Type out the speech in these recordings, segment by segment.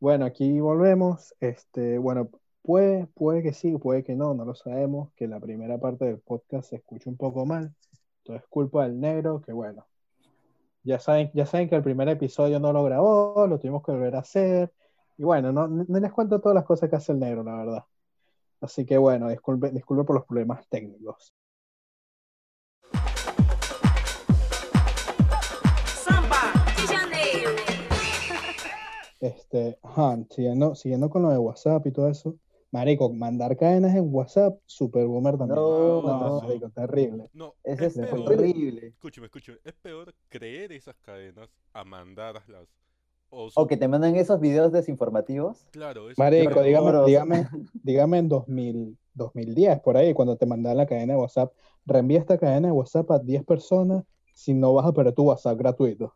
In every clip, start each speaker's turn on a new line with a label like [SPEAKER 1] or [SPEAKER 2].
[SPEAKER 1] Bueno, aquí volvemos. Este, bueno, puede, puede que sí, puede que no, no lo sabemos, que la primera parte del podcast se escuche un poco mal. Todo es culpa del negro, que bueno. Ya saben, ya saben que el primer episodio no lo grabó, lo tuvimos que volver a hacer. Y bueno, no, no les cuento todas las cosas que hace el negro, la verdad. Así que bueno, disculpe, disculpe por los problemas técnicos. Este, ajá, siguiendo, siguiendo con lo de WhatsApp y todo eso. Marico, mandar cadenas en WhatsApp, super boomer también.
[SPEAKER 2] No,
[SPEAKER 1] Mandar,
[SPEAKER 2] no.
[SPEAKER 1] marico, terrible.
[SPEAKER 3] No,
[SPEAKER 2] Ese es
[SPEAKER 1] Es
[SPEAKER 3] peor.
[SPEAKER 2] horrible.
[SPEAKER 3] escúcheme, escúcheme, es peor creer esas cadenas a mandarlas. O,
[SPEAKER 2] O que te mandan esos videos desinformativos.
[SPEAKER 3] claro, eso
[SPEAKER 1] Marico,
[SPEAKER 2] Pero-
[SPEAKER 1] dígame,
[SPEAKER 2] Pero-
[SPEAKER 1] dígame, dígame en 2000, 2010, por ahí, cuando te mandan la cadena de WhatsApp, reenvía esta cadena de WhatsApp a 10 personas si no vas a perder tu WhatsApp gratuito.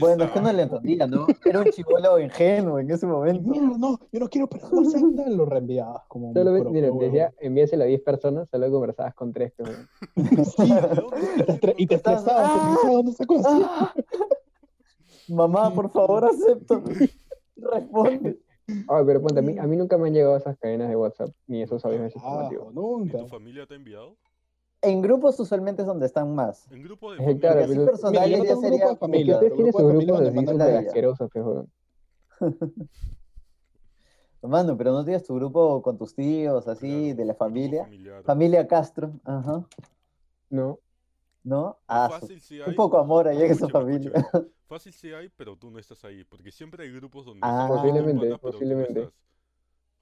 [SPEAKER 2] Bueno, es que no le entendía, ¿no? Era un chivolo ingenuo en ese momento.
[SPEAKER 1] Mierda, no, yo no quiero perder WhatsApp, dale, lo reenviabas como un
[SPEAKER 4] Solo ve-
[SPEAKER 1] pro-
[SPEAKER 4] mira,
[SPEAKER 1] huevón.
[SPEAKER 4] decía, envíaselo a 10 personas, solo conversabas con 3.
[SPEAKER 1] Sí, huevón, te estre- y te
[SPEAKER 2] Estás-
[SPEAKER 1] estresabas, te
[SPEAKER 2] ¡Ah!
[SPEAKER 1] pensabas, no sé cómo hacías.
[SPEAKER 2] ¡Ah! Mamá, por favor, acéptame. Responde.
[SPEAKER 4] Ay, Ah, pero ponte, a mí, a mí nunca me han llegado esas cadenas de WhatsApp, ni esos audios
[SPEAKER 1] Ah,
[SPEAKER 4] desinformativos.
[SPEAKER 3] ¿Y
[SPEAKER 1] nunca.
[SPEAKER 3] tu familia te ha enviado?
[SPEAKER 2] En grupos usualmente es donde están más.
[SPEAKER 3] En grupo de
[SPEAKER 4] Es
[SPEAKER 3] familia.
[SPEAKER 4] claro,
[SPEAKER 2] Porque así
[SPEAKER 4] pero-
[SPEAKER 1] Mira, yo
[SPEAKER 2] personales
[SPEAKER 1] no
[SPEAKER 2] ya
[SPEAKER 1] tengo un grupo de
[SPEAKER 2] sería...
[SPEAKER 4] Es que
[SPEAKER 1] familia,
[SPEAKER 4] ustedes
[SPEAKER 1] los
[SPEAKER 4] tienen sus
[SPEAKER 1] grupos de familia
[SPEAKER 4] grupos
[SPEAKER 1] donde
[SPEAKER 4] así
[SPEAKER 1] mandan
[SPEAKER 2] la
[SPEAKER 4] súper
[SPEAKER 2] idea.
[SPEAKER 4] asquerosos, que jodan.
[SPEAKER 2] Mano, pero no tienes tu grupo con tus tíos, así,
[SPEAKER 3] Claro,
[SPEAKER 2] de la
[SPEAKER 3] grupo
[SPEAKER 2] familia.
[SPEAKER 3] familiar.
[SPEAKER 2] Familia Castro, ajá.
[SPEAKER 4] No,
[SPEAKER 2] ¿No?
[SPEAKER 3] O
[SPEAKER 2] Ah, su-
[SPEAKER 3] Fácil si hay.
[SPEAKER 2] un poco amor ahí en esa
[SPEAKER 3] escúchame,
[SPEAKER 2] familia.
[SPEAKER 3] escúchame. Fácil si hay, pero tú no estás ahí. Porque siempre hay grupos donde.
[SPEAKER 2] Ah.
[SPEAKER 3] estás con tu
[SPEAKER 4] Posiblemente,
[SPEAKER 3] pana, pero tú no
[SPEAKER 4] posiblemente.
[SPEAKER 3] estás.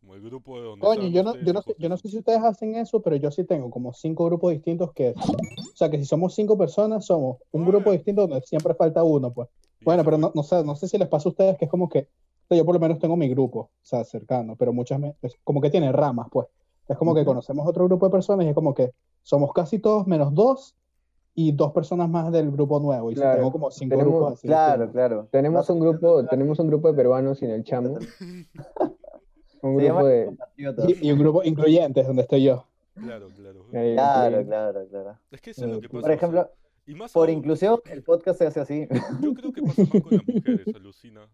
[SPEAKER 3] Como el grupo de donde.
[SPEAKER 1] Coño,
[SPEAKER 3] estaban
[SPEAKER 1] yo no,
[SPEAKER 3] ustedes
[SPEAKER 1] yo,
[SPEAKER 3] y
[SPEAKER 1] no sé, yo no
[SPEAKER 3] cosas
[SPEAKER 1] sé si ustedes hacen eso, pero yo sí tengo como cinco grupos distintos que... O sea, que si somos cinco personas, somos un grupo
[SPEAKER 3] Oye.
[SPEAKER 1] distinto donde siempre falta uno, pues.
[SPEAKER 3] así. Y
[SPEAKER 1] Bueno,
[SPEAKER 3] esa
[SPEAKER 1] pero
[SPEAKER 3] fue-
[SPEAKER 1] no, no, sé, no sé si les pasa a ustedes que es como que, o sea, yo por lo menos tengo mi grupo, o sea, cercano, pero muchas me- es como que tiene ramas, pues. Es como que
[SPEAKER 2] Ujú.
[SPEAKER 1] conocemos otro grupo de personas y es como que somos casi todos menos dos y dos personas más del grupo nuevo. Y si
[SPEAKER 4] Claro.
[SPEAKER 1] tengo como cinco
[SPEAKER 4] Tenemos-
[SPEAKER 1] grupos así.
[SPEAKER 2] Claro,
[SPEAKER 1] distintos.
[SPEAKER 2] claro.
[SPEAKER 4] tenemos
[SPEAKER 2] No,
[SPEAKER 4] un grupo, tenemos un grupo de peruanos sin el chamo, un
[SPEAKER 2] se llama
[SPEAKER 4] grupo de...
[SPEAKER 2] compatriotas.
[SPEAKER 1] Y, y un grupo incluyente es donde estoy yo.
[SPEAKER 3] Claro, claro.
[SPEAKER 4] ahí,
[SPEAKER 2] Claro,
[SPEAKER 4] ahí.
[SPEAKER 2] claro, claro.
[SPEAKER 3] Es que eso es lo
[SPEAKER 1] Pues,
[SPEAKER 3] que pasa.
[SPEAKER 2] Eh, Por ejemplo,
[SPEAKER 3] Y más
[SPEAKER 2] por
[SPEAKER 3] aún,
[SPEAKER 2] inclusión, el podcast se hace así.
[SPEAKER 3] Yo creo que pasa más con las mujeres, alucina.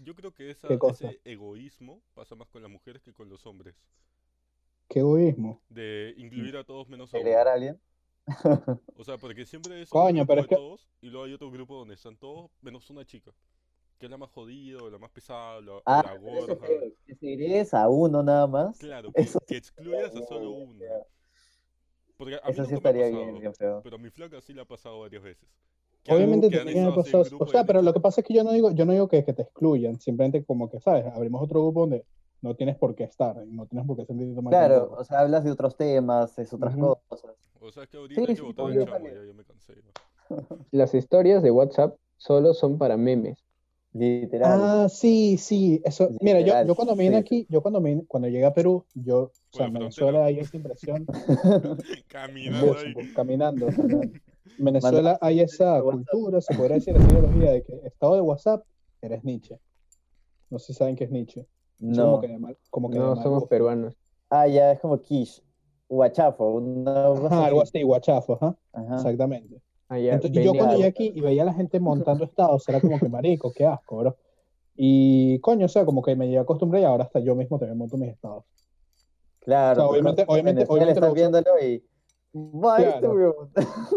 [SPEAKER 3] Yo creo que esa-
[SPEAKER 1] ¿Qué cosa?
[SPEAKER 3] ese egoísmo pasa más con las mujeres que con los hombres.
[SPEAKER 1] Qué egoísmo.
[SPEAKER 3] De incluir a todos menos a
[SPEAKER 2] ¿Pelear a
[SPEAKER 3] uno.
[SPEAKER 2] alguien?
[SPEAKER 3] O sea, porque siempre es
[SPEAKER 1] Coño,
[SPEAKER 3] un grupo
[SPEAKER 1] pero
[SPEAKER 3] de
[SPEAKER 1] es que-
[SPEAKER 3] todos y luego hay otro grupo donde están todos menos una chica. Que es la más jodida, o la más pesada, la, o
[SPEAKER 2] Ah,
[SPEAKER 3] la
[SPEAKER 2] pero eso
[SPEAKER 3] gorda.
[SPEAKER 2] es feo, que se eres a uno nada más.
[SPEAKER 3] Claro, que,
[SPEAKER 2] Eso
[SPEAKER 3] que excluyas a solo
[SPEAKER 2] Uy,
[SPEAKER 3] uno.
[SPEAKER 2] ya.
[SPEAKER 3] Porque a mí
[SPEAKER 2] Eso sí
[SPEAKER 3] nunca me ha
[SPEAKER 2] estaría bien,
[SPEAKER 3] pasado,
[SPEAKER 2] bien feo.
[SPEAKER 3] pero a mi flaca sí la ha pasado varias veces. Que han-
[SPEAKER 1] Obviamente
[SPEAKER 3] que han
[SPEAKER 1] también me ha
[SPEAKER 3] estado así en
[SPEAKER 1] pasado,
[SPEAKER 3] grupo
[SPEAKER 1] o
[SPEAKER 3] y
[SPEAKER 1] sea,
[SPEAKER 3] han
[SPEAKER 1] pero
[SPEAKER 3] dicho,
[SPEAKER 1] lo que pasa es que yo no digo, yo no digo que, que te excluyan, simplemente como que, ¿sabes? Abrimos otro grupo donde no tienes por qué estar, y no tienes por qué sentirte mal
[SPEAKER 2] Claro,
[SPEAKER 1] tampoco.
[SPEAKER 2] o sea, hablas de otros temas, es otras
[SPEAKER 1] Ujú.
[SPEAKER 2] cosas.
[SPEAKER 3] O sea, que ahorita hay
[SPEAKER 2] sí,
[SPEAKER 3] que botar al
[SPEAKER 4] obvio.
[SPEAKER 3] chamo, ya yo me cansé. ¿no?
[SPEAKER 4] Las historias de WhatsApp solo son para memes.
[SPEAKER 2] Literal.
[SPEAKER 1] Ah, sí, sí, eso. Mira, yo,
[SPEAKER 2] Literal,
[SPEAKER 1] yo cuando me vine
[SPEAKER 2] sí.
[SPEAKER 1] aquí, yo cuando me vine- cuando llegué a Perú, yo, o sea,
[SPEAKER 3] Por
[SPEAKER 1] en
[SPEAKER 3] la
[SPEAKER 1] Venezuela
[SPEAKER 3] frontera.
[SPEAKER 1] hay esa impresión,
[SPEAKER 3] Caminando
[SPEAKER 1] bus-
[SPEAKER 3] ahí.
[SPEAKER 1] bus- caminando. o sea, en Venezuela hay esa
[SPEAKER 2] mensaje por WhatsApp.
[SPEAKER 1] cultura, se podría decir, esa ideología de que estado de WhatsApp eres Nietzsche. No sé si saben qué es Nietzsche. Es
[SPEAKER 2] no.
[SPEAKER 1] Como que de mal, como que de
[SPEAKER 4] No
[SPEAKER 1] mal
[SPEAKER 4] somos
[SPEAKER 1] gusto.
[SPEAKER 4] peruanos.
[SPEAKER 2] Ah, ya, es como quiche. Guachafo. una cosa
[SPEAKER 1] Ajá, algo
[SPEAKER 2] así.
[SPEAKER 1] así, guachafo, ajá,
[SPEAKER 2] Ajá.
[SPEAKER 1] exactamente.
[SPEAKER 4] Allá,
[SPEAKER 1] Entonces, y yo cuando
[SPEAKER 2] venga.
[SPEAKER 1] llegué aquí y veía a la gente montando estados, era como que marico, qué asco, bro. Y coño, o sea, como que me llegué a acostumbrar y ahora hasta yo mismo también monto mis estados.
[SPEAKER 2] Claro.
[SPEAKER 1] O sea,
[SPEAKER 2] pues,
[SPEAKER 1] obviamente-
[SPEAKER 2] cuando
[SPEAKER 1] obviamente-
[SPEAKER 2] en Venezuela
[SPEAKER 1] obviamente lo
[SPEAKER 2] estás viéndolo y. "Buah, este
[SPEAKER 1] Claro.
[SPEAKER 2] huevón".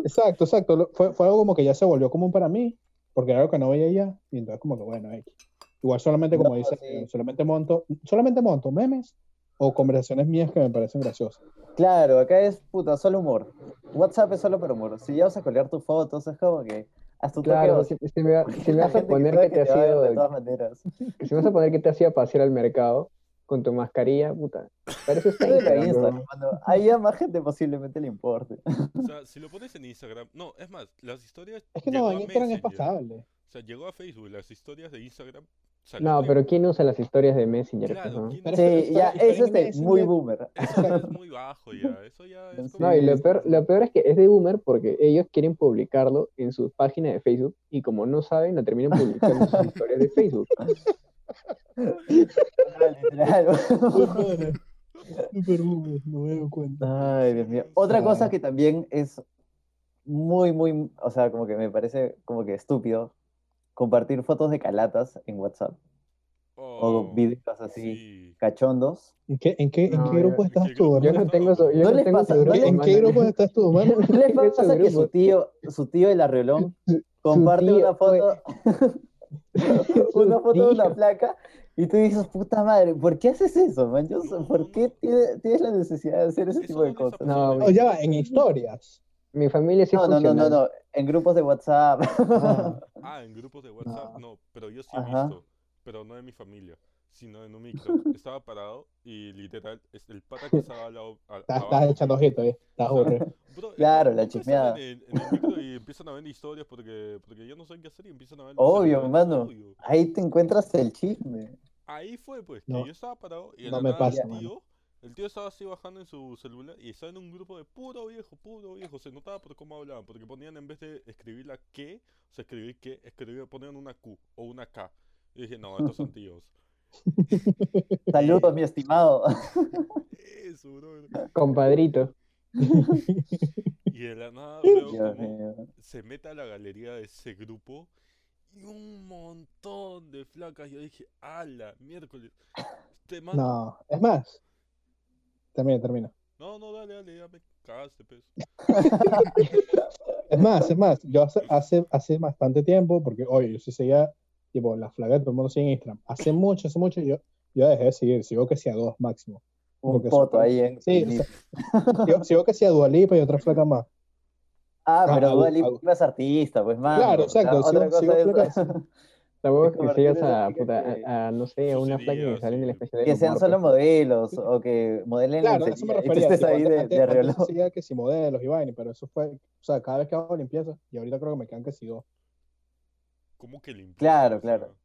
[SPEAKER 1] Exacto, exacto. Lo- Fue, fue algo como que ya se volvió común para mí, porque era algo que no veía ya, y entonces como que bueno, X. Igual solamente como
[SPEAKER 2] No,
[SPEAKER 1] dice,
[SPEAKER 2] sí.
[SPEAKER 1] eh, solamente monto, solamente monto memes o conversaciones mías que me parecen graciosas.
[SPEAKER 2] Claro, acá es puta, solo humor. WhatsApp es solo para humor. Si ya vas a colgar tus fotos, es como que. Haz tu
[SPEAKER 4] Claro,
[SPEAKER 2] toque.
[SPEAKER 4] si, si me, va- si me
[SPEAKER 2] La
[SPEAKER 4] vas a
[SPEAKER 2] gente
[SPEAKER 4] poner
[SPEAKER 2] sabe
[SPEAKER 4] que te ha
[SPEAKER 2] va a ver
[SPEAKER 4] sido
[SPEAKER 2] De todas maneras.
[SPEAKER 4] Si vas a poner que te hacía pasear al mercado con tu mascarilla, puta, pareces
[SPEAKER 2] Sube la
[SPEAKER 4] Instagram,
[SPEAKER 2] Instagram,
[SPEAKER 4] weón.
[SPEAKER 2] mano. Ahí a más gente posiblemente le importe.
[SPEAKER 3] O sea, si lo pones en Instagram. No, es más, las historias.
[SPEAKER 1] Es que
[SPEAKER 3] llegó
[SPEAKER 1] no,
[SPEAKER 3] a
[SPEAKER 1] en Instagram es
[SPEAKER 3] Messenger.
[SPEAKER 1] pasable.
[SPEAKER 3] O sea, llegó a Facebook, las historias de Instagram.
[SPEAKER 4] No,
[SPEAKER 3] salieron.
[SPEAKER 4] pero ¿quién usa las historias de Messenger? pues,
[SPEAKER 3] Claro,
[SPEAKER 4] no?
[SPEAKER 3] ¿quién-
[SPEAKER 1] Pero
[SPEAKER 2] Sí,
[SPEAKER 1] es-
[SPEAKER 2] ya,
[SPEAKER 1] está- está
[SPEAKER 2] eso
[SPEAKER 1] en
[SPEAKER 2] es de
[SPEAKER 1] Messenger.
[SPEAKER 2] muy boomer.
[SPEAKER 3] Eso ya es muy bajo ya. Eso ya
[SPEAKER 2] Sí.
[SPEAKER 3] es como.
[SPEAKER 4] No, y lo
[SPEAKER 2] Sí.
[SPEAKER 4] peor, lo peor es que es de Boomer porque ellos quieren publicarlo en su página de Facebook y como no saben, lo terminan publicando en sus historias de Facebook.
[SPEAKER 2] Literal.
[SPEAKER 1] Súper súper boomer, no me doy cuenta.
[SPEAKER 2] Ay, Dios mío. Otra cosa que también es muy, muy, o sea, como que me parece como que estúpido compartir fotos de calatas en WhatsApp.
[SPEAKER 3] Oh,
[SPEAKER 2] O videos así,
[SPEAKER 3] sí.
[SPEAKER 2] cachondos.
[SPEAKER 1] ¿En qué, en qué, en
[SPEAKER 4] No,
[SPEAKER 1] qué
[SPEAKER 4] yo-
[SPEAKER 1] grupo estás
[SPEAKER 3] yo-
[SPEAKER 1] tú,
[SPEAKER 4] Yo
[SPEAKER 1] hermano?
[SPEAKER 4] no tengo eso. Yo
[SPEAKER 2] ¿No
[SPEAKER 4] no,
[SPEAKER 2] les
[SPEAKER 4] tengo
[SPEAKER 2] pasa-
[SPEAKER 4] ese
[SPEAKER 2] no
[SPEAKER 4] grupo,
[SPEAKER 2] les-
[SPEAKER 1] ¿En qué
[SPEAKER 4] hermano.
[SPEAKER 1] grupo estás tú, hermano?
[SPEAKER 2] ¿No les
[SPEAKER 4] Ese
[SPEAKER 2] pasa que su
[SPEAKER 4] grupo.
[SPEAKER 2] tío, su tío el arreolón
[SPEAKER 1] su
[SPEAKER 2] comparte
[SPEAKER 4] tío,
[SPEAKER 2] una foto, una
[SPEAKER 4] Su
[SPEAKER 2] foto de una
[SPEAKER 4] tío.
[SPEAKER 2] placa y tú dices, puta madre, ¿por qué haces eso, man? Yo-
[SPEAKER 3] No,
[SPEAKER 2] ¿Por
[SPEAKER 3] no,
[SPEAKER 2] qué
[SPEAKER 3] no.
[SPEAKER 2] tiene- tienes la necesidad de hacer ese
[SPEAKER 3] Eso
[SPEAKER 2] tipo de
[SPEAKER 3] no les ha
[SPEAKER 2] cosas?
[SPEAKER 4] No,
[SPEAKER 3] pasado a
[SPEAKER 1] Oh,
[SPEAKER 3] mí.
[SPEAKER 1] ya va, en historias.
[SPEAKER 4] Mi familia sí es
[SPEAKER 2] No, no, no, no,
[SPEAKER 4] funcional.
[SPEAKER 2] no, en grupos de WhatsApp.
[SPEAKER 1] Ah,
[SPEAKER 3] Ah, en grupos de WhatsApp, no, pero yo sí he
[SPEAKER 2] Ajá.
[SPEAKER 3] visto, pero no de mi familia, sino en un micro. Estaba parado y literal, es el pata que estaba al lado. a-
[SPEAKER 1] estás,
[SPEAKER 3] abajo
[SPEAKER 1] estás echando ojito, eh. Estás aburrido.
[SPEAKER 3] Bro, es que
[SPEAKER 2] Claro, la
[SPEAKER 3] nunca salen
[SPEAKER 2] chismeada.
[SPEAKER 3] En, en el micro y empiezan a ver historias porque, porque ya no saben qué hacer y empiezan a ver.
[SPEAKER 2] Obvio,
[SPEAKER 3] historias,
[SPEAKER 2] mano.
[SPEAKER 3] obvio.
[SPEAKER 2] Ahí te encuentras el chisme.
[SPEAKER 3] Ahí fue, pues, que
[SPEAKER 1] No,
[SPEAKER 3] yo estaba parado y de
[SPEAKER 1] no
[SPEAKER 3] la
[SPEAKER 1] me
[SPEAKER 3] nada
[SPEAKER 1] pasa,
[SPEAKER 3] el
[SPEAKER 1] mano.
[SPEAKER 3] tío, el tío estaba así bajando en su celular y estaba en un grupo de puro viejo, puro viejo. Se notaba por cómo hablaban, porque ponían en vez de escribir la que, o sea, escribir que, escribían, ponían una Q o una K. Y dije, no, estos son tíos.
[SPEAKER 2] Saludos, mi estimado.
[SPEAKER 3] Eso, bro.
[SPEAKER 4] Compadrito.
[SPEAKER 3] Y de la nada veo
[SPEAKER 2] Dios
[SPEAKER 3] como
[SPEAKER 2] mío.
[SPEAKER 3] se mete a la galería de ese grupo y un montón de flacas. Yo dije, ala, miércoles. Este man. No,
[SPEAKER 1] No, es más. Termina, termina.
[SPEAKER 3] no, dale, dale, ya me cagaste, pues.
[SPEAKER 1] Es más, es más. Yo hace, hace, hace bastante tiempo, porque oye, yo sí seguía, tipo, las flagas de todo el mundo sigue en Instagram. Hace mucho, hace mucho, yo, yo dejé de seguir. Sigo que sea dos máximo.
[SPEAKER 2] Un
[SPEAKER 1] Porque
[SPEAKER 2] poto
[SPEAKER 1] supongo-
[SPEAKER 2] ahí en
[SPEAKER 1] Sí, o sea, Sigo, sigo que sea Dualipa y otra flaca más.
[SPEAKER 2] Ah, pero
[SPEAKER 1] hago-
[SPEAKER 2] Dua Lipa
[SPEAKER 1] hago.
[SPEAKER 2] es artista, pues, mano.
[SPEAKER 1] Claro,
[SPEAKER 2] O sea,
[SPEAKER 1] exacto,
[SPEAKER 2] otra
[SPEAKER 1] sigo-
[SPEAKER 2] cosa
[SPEAKER 1] sigo
[SPEAKER 2] es-
[SPEAKER 1] flacas.
[SPEAKER 4] Tampoco
[SPEAKER 2] Es
[SPEAKER 4] es que
[SPEAKER 2] como
[SPEAKER 4] sigas
[SPEAKER 2] aquella
[SPEAKER 4] a,
[SPEAKER 2] chica
[SPEAKER 4] puta,
[SPEAKER 2] que-
[SPEAKER 4] a, a, no sé, a una
[SPEAKER 3] Sí,
[SPEAKER 4] placa que
[SPEAKER 3] sería,
[SPEAKER 4] sale en el
[SPEAKER 3] sí.
[SPEAKER 4] especial del
[SPEAKER 2] que sean
[SPEAKER 4] humor,
[SPEAKER 2] solo
[SPEAKER 4] pues.
[SPEAKER 2] modelos o que modelen
[SPEAKER 1] Claro, a eso me
[SPEAKER 2] lencería. Y tú
[SPEAKER 1] refería.
[SPEAKER 2] estés
[SPEAKER 1] tipo,
[SPEAKER 2] ahí de,
[SPEAKER 1] antes-
[SPEAKER 2] de
[SPEAKER 1] antes
[SPEAKER 2] reloj.
[SPEAKER 1] hacía que si modelos y vaina, pero eso fue, o sea, cada vez que hago limpieza, y ahorita creo que me quedan que si dos.
[SPEAKER 3] ¿Cómo que limpieza?
[SPEAKER 2] Claro,
[SPEAKER 3] O sea,
[SPEAKER 2] claro.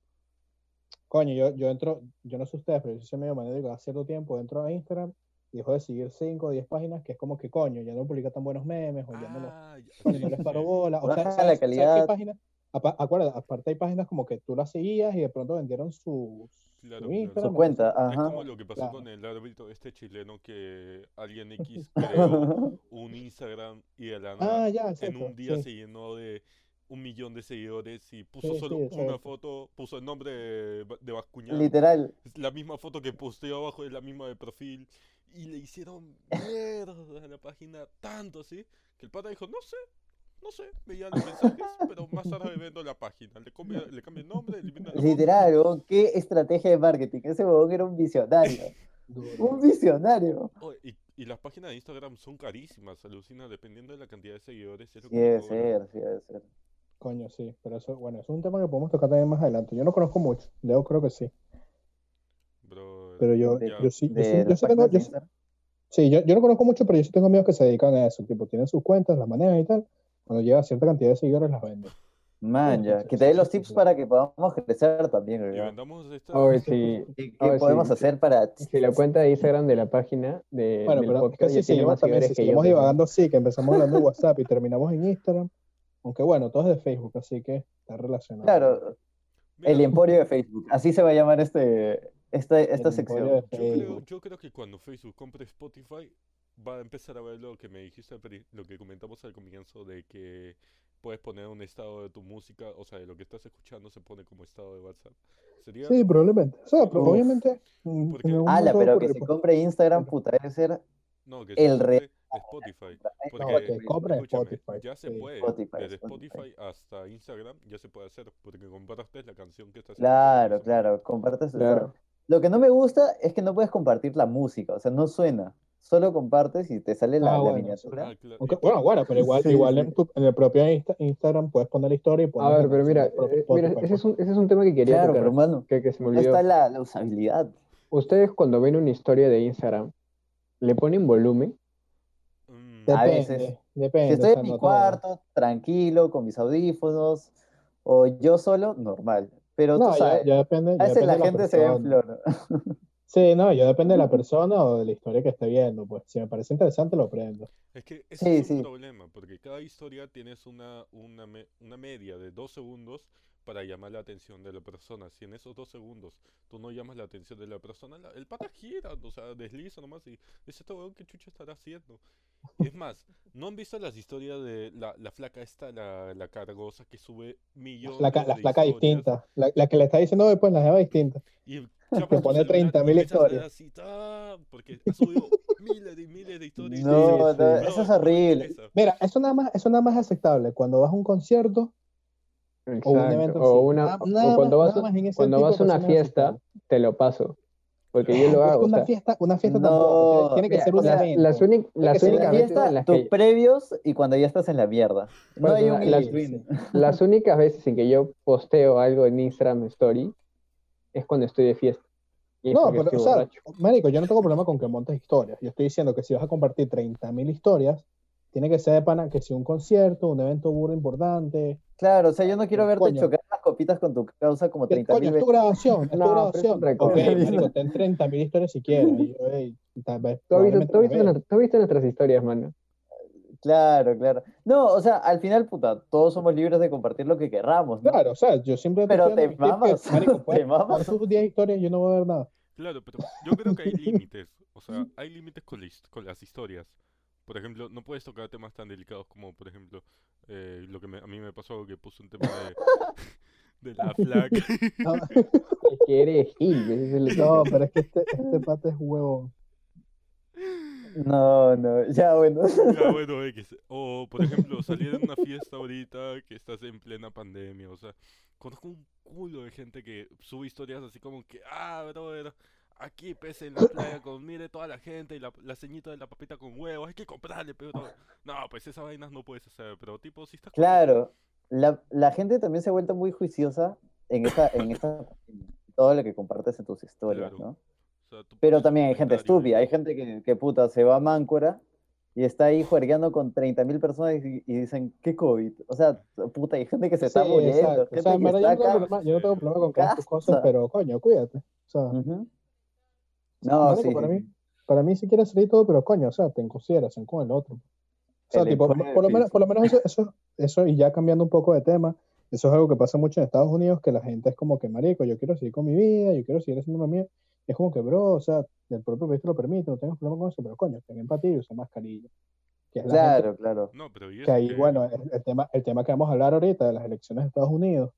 [SPEAKER 1] Coño, yo, yo entro, yo no sé ustedes, pero yo soy medio manético, hace cierto tiempo entro a Instagram y dejo de seguir 5 o 10 páginas, que es como que coño, ya no publica tan buenos memes, o ya no, los-
[SPEAKER 3] Ah, ya,
[SPEAKER 1] coño,
[SPEAKER 3] sí,
[SPEAKER 1] no les
[SPEAKER 3] sí,
[SPEAKER 1] paro
[SPEAKER 3] sí.
[SPEAKER 1] bola, o
[SPEAKER 2] Baja
[SPEAKER 1] sea,
[SPEAKER 2] la
[SPEAKER 1] ¿sabes, sabes qué
[SPEAKER 2] calidad.
[SPEAKER 1] páginas? Apa- Acuérdate, aparte hay páginas como que tú las seguías y de pronto vendieron su, su
[SPEAKER 3] Claro, claro.
[SPEAKER 1] Instagram,
[SPEAKER 2] Su cuenta,
[SPEAKER 1] entonces-
[SPEAKER 3] Es
[SPEAKER 2] ajá.
[SPEAKER 3] como lo que pasó
[SPEAKER 1] Claro.
[SPEAKER 3] con el árbitro este chileno que alguien X creó un Instagram y de la nada
[SPEAKER 1] pues. Ah, ya,
[SPEAKER 3] en
[SPEAKER 1] exacto,
[SPEAKER 3] un día
[SPEAKER 1] sí.
[SPEAKER 3] se llenó de un millón de seguidores y puso
[SPEAKER 1] Sí,
[SPEAKER 3] solo
[SPEAKER 1] sí,
[SPEAKER 3] una
[SPEAKER 1] exacto.
[SPEAKER 3] foto, puso el nombre de, Ba- de Bascuñán.
[SPEAKER 2] Literal.
[SPEAKER 3] Es la misma foto que posteó abajo, es la misma de perfil. Y le hicieron mierda a la página tanto así que el pata dijo, no sé, no sé, veía los mensajes, pero más tarde vendo la página. Le cambia, le cambia el nombre, elimina la foto.
[SPEAKER 2] Literal, huevón, qué estrategia de marketing. Ese huevón era un visionario. Un visionario.
[SPEAKER 3] Oh, y, y las páginas de Instagram son carísimas, alucina, dependiendo de la cantidad de seguidores. Es lo
[SPEAKER 2] Sí,
[SPEAKER 3] que te
[SPEAKER 2] debe
[SPEAKER 3] cobran.
[SPEAKER 2] ser, sí, debe ser.
[SPEAKER 1] Coño, sí, pero eso, bueno, es un tema que podemos tocar también más adelante. Yo no conozco mucho, Leo creo que sí,
[SPEAKER 3] Brother.
[SPEAKER 1] pero yo,
[SPEAKER 3] Ya.
[SPEAKER 1] yo sí, yo
[SPEAKER 2] De
[SPEAKER 1] sí, yo
[SPEAKER 2] las
[SPEAKER 1] sí tengo,
[SPEAKER 2] páginas de
[SPEAKER 1] yo sí-
[SPEAKER 2] Instagram.
[SPEAKER 1] Sí, yo, yo no conozco mucho, pero yo sí tengo amigos que se dedican a eso. Tipo, tienen sus cuentas, las manejan y tal. Cuando llega a cierta cantidad de seguidores, las venden.
[SPEAKER 2] Man, ya.
[SPEAKER 1] Sí,
[SPEAKER 2] Que
[SPEAKER 1] sí,
[SPEAKER 2] te dé
[SPEAKER 1] sí,
[SPEAKER 2] los
[SPEAKER 1] sí,
[SPEAKER 2] tips
[SPEAKER 1] sí.
[SPEAKER 2] para que podamos crecer también,
[SPEAKER 3] Y
[SPEAKER 2] huevón.
[SPEAKER 3] vendamos esta.
[SPEAKER 4] Oye, sí.
[SPEAKER 2] ¿Qué, qué
[SPEAKER 4] Ah, sí,
[SPEAKER 2] podemos
[SPEAKER 4] sí.
[SPEAKER 2] hacer para...?
[SPEAKER 4] Si la cuenta de Instagram de la página de,
[SPEAKER 1] Bueno,
[SPEAKER 4] del
[SPEAKER 1] pero
[SPEAKER 4] podcast
[SPEAKER 1] casi
[SPEAKER 4] ya tiene
[SPEAKER 1] seguimos
[SPEAKER 4] más
[SPEAKER 1] también,
[SPEAKER 4] seguidores
[SPEAKER 1] si
[SPEAKER 4] que yo.
[SPEAKER 1] seguimos
[SPEAKER 4] pues, ¿no?
[SPEAKER 1] divagando, sí, que empezamos hablando en WhatsApp y terminamos en Instagram. Aunque bueno, todo es de Facebook, así que está relacionado.
[SPEAKER 2] Claro,
[SPEAKER 3] Mira,
[SPEAKER 2] el emporio de Facebook. Así se va a llamar este, esta, esta
[SPEAKER 1] El
[SPEAKER 2] sección.
[SPEAKER 1] emporio de
[SPEAKER 3] yo, creo,
[SPEAKER 1] Facebook.
[SPEAKER 3] yo creo que cuando Facebook compre Spotify, va a empezar a ver lo que me dijiste, al pri- lo que comentamos al comienzo, de que puedes poner un estado de tu música, o sea, de lo que estás escuchando se pone como estado de WhatsApp. Sería.
[SPEAKER 1] Sí, probablemente. O sea, pero
[SPEAKER 3] Uf.
[SPEAKER 1] obviamente. mm,
[SPEAKER 3] Porque-
[SPEAKER 1] en algún
[SPEAKER 2] Ala,
[SPEAKER 1] momento
[SPEAKER 2] pero que
[SPEAKER 1] ocurre,
[SPEAKER 2] se
[SPEAKER 1] pues.
[SPEAKER 2] compre Instagram, puta, debe ser
[SPEAKER 3] no, que
[SPEAKER 2] el
[SPEAKER 3] se
[SPEAKER 2] re-
[SPEAKER 3] compre Spotify.
[SPEAKER 1] No,
[SPEAKER 3] Porque,
[SPEAKER 1] que compren
[SPEAKER 3] escúchame,
[SPEAKER 1] Spotify,
[SPEAKER 3] ya se
[SPEAKER 1] sí.
[SPEAKER 3] puede.
[SPEAKER 2] Spotify,
[SPEAKER 3] desde
[SPEAKER 2] Spotify.
[SPEAKER 3] Spotify hasta Instagram ya se puede hacer, porque compartes la canción que estás
[SPEAKER 2] Claro,
[SPEAKER 3] escuchando en ese
[SPEAKER 2] claro, compartes. o sea,
[SPEAKER 4] Claro.
[SPEAKER 2] Lo que no me gusta es que no puedes compartir la música, o sea, no suena. Solo compartes y te sale la,
[SPEAKER 1] Ah,
[SPEAKER 2] la
[SPEAKER 1] bueno,
[SPEAKER 2] miniatura.
[SPEAKER 3] Ah, claro.
[SPEAKER 1] Aunque,
[SPEAKER 3] Y
[SPEAKER 1] bueno, bueno, pero igual,
[SPEAKER 2] Sí,
[SPEAKER 1] igual
[SPEAKER 2] sí.
[SPEAKER 1] En, tu- en el propio Insta- Instagram puedes poner la historia y poner.
[SPEAKER 4] A ver,
[SPEAKER 1] la
[SPEAKER 4] pero
[SPEAKER 1] canción
[SPEAKER 4] mira,
[SPEAKER 1] de
[SPEAKER 4] eh, mira,
[SPEAKER 1] Spotify,
[SPEAKER 4] ese es
[SPEAKER 1] pues.
[SPEAKER 4] un, ese es un tema que quería
[SPEAKER 2] Claro,
[SPEAKER 4] tocar,
[SPEAKER 2] pero mano,
[SPEAKER 4] que, que se me
[SPEAKER 2] ahí
[SPEAKER 4] olvidó.
[SPEAKER 2] está la, la usabilidad.
[SPEAKER 4] Ustedes cuando ven una historia de Instagram, ¿le ponen volumen?
[SPEAKER 3] Mm,
[SPEAKER 2] Ah,
[SPEAKER 1] Depende,
[SPEAKER 2] veces.
[SPEAKER 1] depende.
[SPEAKER 2] Si
[SPEAKER 1] o
[SPEAKER 2] estoy
[SPEAKER 1] sea,
[SPEAKER 2] en mi
[SPEAKER 1] no todo.
[SPEAKER 2] cuarto, tranquilo, con mis audífonos, o yo solo, normal. Pero
[SPEAKER 1] No,
[SPEAKER 2] tú
[SPEAKER 1] ya-
[SPEAKER 2] sabes,
[SPEAKER 1] ya depende.
[SPEAKER 2] a
[SPEAKER 1] ya
[SPEAKER 2] veces
[SPEAKER 1] depende
[SPEAKER 2] la
[SPEAKER 1] de
[SPEAKER 2] gente se ve en
[SPEAKER 1] persona.
[SPEAKER 2] flor.
[SPEAKER 1] Sí, no, ya depende de la persona o de la historia que esté viendo, pues. Si me parece interesante, lo prendo.
[SPEAKER 3] Es que ese
[SPEAKER 2] Sí,
[SPEAKER 3] es un
[SPEAKER 2] sí.
[SPEAKER 3] problema, porque cada historia tienes una, una, me- una media de dos segundos, para llamar la atención de la persona. Si en esos dos segundos tú no llamas la atención de la persona, la- el pata gira, o sea, desliza nomás y es este weón que chucha estará haciendo. Es más, ¿no han visto las historias de la, la flaca esta, la, la cargosa que sube millones
[SPEAKER 1] La, ca- la
[SPEAKER 3] de
[SPEAKER 1] placa
[SPEAKER 3] historias?
[SPEAKER 1] distinta. La, la que le está diciendo después, la lleva distinta.
[SPEAKER 3] Y chapas tu
[SPEAKER 1] pone
[SPEAKER 3] celular y
[SPEAKER 1] 30.000
[SPEAKER 3] empiezas a dar
[SPEAKER 1] historias.
[SPEAKER 3] así, ta, porque ha subido miles y miles de historias. y
[SPEAKER 2] No,
[SPEAKER 3] dices,
[SPEAKER 2] no,
[SPEAKER 3] "Bro,
[SPEAKER 2] eso es
[SPEAKER 3] no me
[SPEAKER 2] horrible".
[SPEAKER 3] interesa".
[SPEAKER 1] Mira, eso nada más, eso nada más es aceptable. Cuando vas a un concierto o un evento
[SPEAKER 4] Exacto, o
[SPEAKER 1] así.
[SPEAKER 4] una-
[SPEAKER 1] Nada-
[SPEAKER 4] o
[SPEAKER 1] nada
[SPEAKER 4] cuando
[SPEAKER 1] más-
[SPEAKER 4] vas a-
[SPEAKER 1] nada más en ese
[SPEAKER 4] cuando
[SPEAKER 1] tipo de
[SPEAKER 4] vas a una
[SPEAKER 1] ocasiones es
[SPEAKER 4] fiesta,
[SPEAKER 1] aceptable.
[SPEAKER 4] te lo paso. Porque yo lo
[SPEAKER 1] Es que
[SPEAKER 4] hago. o
[SPEAKER 1] una
[SPEAKER 4] sea,
[SPEAKER 1] fiesta, una fiesta
[SPEAKER 2] No,
[SPEAKER 1] tampoco. Tiene, tiene que
[SPEAKER 4] mira,
[SPEAKER 1] ser
[SPEAKER 4] o
[SPEAKER 1] un
[SPEAKER 4] sea,
[SPEAKER 1] evento.
[SPEAKER 4] las únic- las
[SPEAKER 1] ser
[SPEAKER 2] En
[SPEAKER 1] una
[SPEAKER 4] únicas
[SPEAKER 2] la
[SPEAKER 4] veces
[SPEAKER 2] fiesta,
[SPEAKER 4] en las
[SPEAKER 2] tus
[SPEAKER 4] que-
[SPEAKER 2] previos y cuando ya estás en la mierda. No hay un
[SPEAKER 4] Bueno, las-
[SPEAKER 2] inicio.
[SPEAKER 4] las únicas veces en que yo posteo algo en Instagram Story es cuando estoy de fiesta. Y es
[SPEAKER 1] No,
[SPEAKER 4] porque
[SPEAKER 1] pero, o
[SPEAKER 4] estoy
[SPEAKER 1] sea,
[SPEAKER 4] borracho.
[SPEAKER 1] marico, yo no tengo problema con que montes historias. Yo estoy diciendo que si vas a compartir 30.000 historias, tiene que ser de pana que sea un concierto, un evento burro importante.
[SPEAKER 2] Claro, o sea, yo no quiero verte
[SPEAKER 1] Coño.
[SPEAKER 2] chocar las copitas con tu causa como
[SPEAKER 1] Que,
[SPEAKER 2] 30
[SPEAKER 1] coño,
[SPEAKER 2] mil
[SPEAKER 1] es tu
[SPEAKER 2] veces.
[SPEAKER 1] grabación, es tu
[SPEAKER 4] No, pero es
[SPEAKER 1] grabación.
[SPEAKER 4] un récord.
[SPEAKER 1] Ok, marico, ten 30.000 historias si quieres. Y yo, ey, tal vez,
[SPEAKER 4] ¿Tú has visto,
[SPEAKER 1] probablemente
[SPEAKER 4] tú has
[SPEAKER 1] me
[SPEAKER 4] visto
[SPEAKER 1] vea.
[SPEAKER 4] nuestra- tú has visto nuestras historias, mano?
[SPEAKER 2] Claro, claro. No, o sea, al final, puta, todos somos libres de compartir lo que querramos, ¿no?
[SPEAKER 1] Claro, o sea, yo siempre
[SPEAKER 2] Pero te mamas,
[SPEAKER 1] marico,
[SPEAKER 2] te
[SPEAKER 1] puedes
[SPEAKER 2] mamas.
[SPEAKER 1] montar tus 10 historias y yo no voy a ver nada.
[SPEAKER 3] Claro, pero yo creo que hay límites. O sea, hay límites con, la his- con las historias. Por ejemplo, no puedes tocar temas tan delicados como, por ejemplo, eh, lo que me- a mí me pasó que puse un tema de, de la flaca.
[SPEAKER 1] No,
[SPEAKER 4] Es que eres gil. ese es el-
[SPEAKER 1] no, pero es que este, este pata es huevón.
[SPEAKER 2] No, no, ya bueno.
[SPEAKER 3] Ya, Ah, bueno, X. O, por ejemplo, salir en una fiesta ahorita que estás en plena pandemia. O sea, conozco un culo de gente que sube historias así como que, ah, brother, aquí pese en la playa con mire toda la gente y la, la ceñita de la papita con huevo, hay que comprarle, pero no, No, pues esas vainas no puedes hacer, pero tipo, si estás con-
[SPEAKER 2] Claro, la, la gente también se ha vuelto muy juiciosa en esta, en esta, todo lo que compartes en tus historias, ¿no?
[SPEAKER 3] Claro. o sea, tú
[SPEAKER 2] Pero
[SPEAKER 3] pones
[SPEAKER 2] también hay gente
[SPEAKER 3] comentarios.
[SPEAKER 2] estúpida, hay gente que, que puta se va a Máncora y está ahí juergueando con 30.000 personas y, y dicen, ¿qué COVID? O sea, puta, hay gente que se está
[SPEAKER 1] Sí,
[SPEAKER 2] muriendo,
[SPEAKER 1] exacto.
[SPEAKER 2] gente
[SPEAKER 1] O sea, en
[SPEAKER 2] que
[SPEAKER 1] verdad yo
[SPEAKER 2] está
[SPEAKER 1] no tengo
[SPEAKER 2] acá.
[SPEAKER 1] problema, yo no tengo problema con que hagas tus cosas,
[SPEAKER 2] Casa.
[SPEAKER 1] pero coño, cuídate. O sea,
[SPEAKER 2] Ujú. No,
[SPEAKER 1] marico,
[SPEAKER 2] sí,
[SPEAKER 1] para
[SPEAKER 2] sí,
[SPEAKER 1] mí,
[SPEAKER 2] sí.
[SPEAKER 1] para mí si quieres salir y todo, pero coño, o sea, te consideración con el otro. O sea,
[SPEAKER 2] El
[SPEAKER 1] tipo,
[SPEAKER 2] empuje
[SPEAKER 1] por lo
[SPEAKER 2] del
[SPEAKER 1] menos,
[SPEAKER 2] piso.
[SPEAKER 1] por lo menos eso, eso, eso, y ya cambiando un poco de tema, eso es algo que pasa mucho en Estados Unidos, que la gente es como que, marico, yo quiero seguir con mi vida, yo quiero seguir haciendo lo mío. Y es como que, bro, o sea, el propio país te lo permite, no tengas problema con eso, pero coño, ten empatía y usa mascarilla. Que es la gente
[SPEAKER 2] Claro, claro.
[SPEAKER 3] No, pero y
[SPEAKER 1] que
[SPEAKER 3] eso
[SPEAKER 1] ahí,
[SPEAKER 3] que-
[SPEAKER 1] bueno, el, el tema, el tema que vamos a hablar ahorita de las elecciones de Estados Unidos,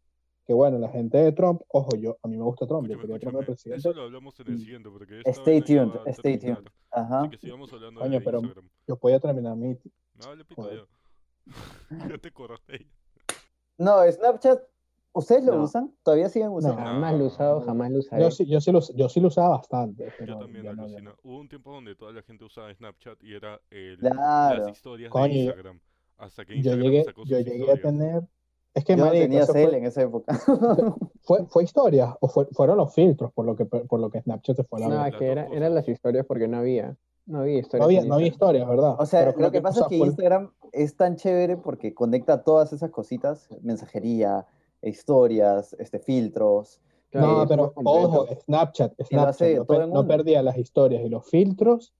[SPEAKER 1] que bueno, la gente de Trump, ojo, yo, a mí me gusta Trump, yo
[SPEAKER 3] escúchame,
[SPEAKER 1] quería a Trump de
[SPEAKER 3] escúchame,
[SPEAKER 1] presidente,
[SPEAKER 3] eso lo hablamos en el
[SPEAKER 1] Mm.
[SPEAKER 3] siguiente, porque esta
[SPEAKER 2] Stay
[SPEAKER 3] vaina ya
[SPEAKER 2] tuned,
[SPEAKER 3] va a
[SPEAKER 2] stay
[SPEAKER 3] terminar.
[SPEAKER 2] tuned. ¿ah? Ajá.
[SPEAKER 3] Así que sigamos hablando
[SPEAKER 1] Coño,
[SPEAKER 3] de
[SPEAKER 1] pero-
[SPEAKER 3] Instagram.
[SPEAKER 1] yo podía terminar mi...
[SPEAKER 3] No, hable pito
[SPEAKER 1] Joder.
[SPEAKER 3] ya. Ya te corté.
[SPEAKER 2] No, Snapchat, ¿ustedes lo
[SPEAKER 4] No.
[SPEAKER 2] usan? ¿Todavía siguen usando?
[SPEAKER 4] Jamás lo he usado, jamás lo usaré.
[SPEAKER 1] Yo sí, yo sí lo, yo sí lo usaba bastante, pero
[SPEAKER 3] Yo también
[SPEAKER 1] ya no, ya
[SPEAKER 3] alucina.
[SPEAKER 1] no.
[SPEAKER 3] Hubo un tiempo donde toda la gente usaba Snapchat y era el, las
[SPEAKER 2] Claro.
[SPEAKER 3] historias
[SPEAKER 1] Coño,
[SPEAKER 3] de
[SPEAKER 1] yo-
[SPEAKER 3] Instagram. Hasta que
[SPEAKER 1] Yo
[SPEAKER 3] Instagram
[SPEAKER 1] llegué,
[SPEAKER 3] sacó sus
[SPEAKER 1] yo llegué a
[SPEAKER 3] historias.
[SPEAKER 1] tener... Es que,
[SPEAKER 2] Yo no
[SPEAKER 1] marico,
[SPEAKER 2] tenía
[SPEAKER 1] eso
[SPEAKER 2] cel
[SPEAKER 1] fue,
[SPEAKER 2] en esa época.
[SPEAKER 1] fue, fue historia, o fue- fueron los filtros por lo que, por lo que Snapchat se fue a la
[SPEAKER 4] No,
[SPEAKER 1] verga.
[SPEAKER 4] es que era- eran las historias porque no había. No había historias.
[SPEAKER 1] No había,
[SPEAKER 4] en
[SPEAKER 1] no había
[SPEAKER 4] Instagram.
[SPEAKER 1] historias, ¿verdad?
[SPEAKER 2] O sea,
[SPEAKER 1] Pero
[SPEAKER 2] lo
[SPEAKER 1] creo
[SPEAKER 2] que
[SPEAKER 1] o
[SPEAKER 2] pasa
[SPEAKER 1] sea,
[SPEAKER 2] es que
[SPEAKER 1] fue-
[SPEAKER 2] Instagram es tan chévere porque conecta todas esas cositas, mensajería, historias, este, filtros.
[SPEAKER 4] Claro,
[SPEAKER 1] no,
[SPEAKER 4] es
[SPEAKER 1] pero
[SPEAKER 4] más completo.
[SPEAKER 1] ojo, Snapchat,
[SPEAKER 2] hace
[SPEAKER 1] Snapchat, no,
[SPEAKER 2] todo
[SPEAKER 1] per-
[SPEAKER 2] en
[SPEAKER 1] no
[SPEAKER 2] uno.
[SPEAKER 1] perdía las historias y los filtros,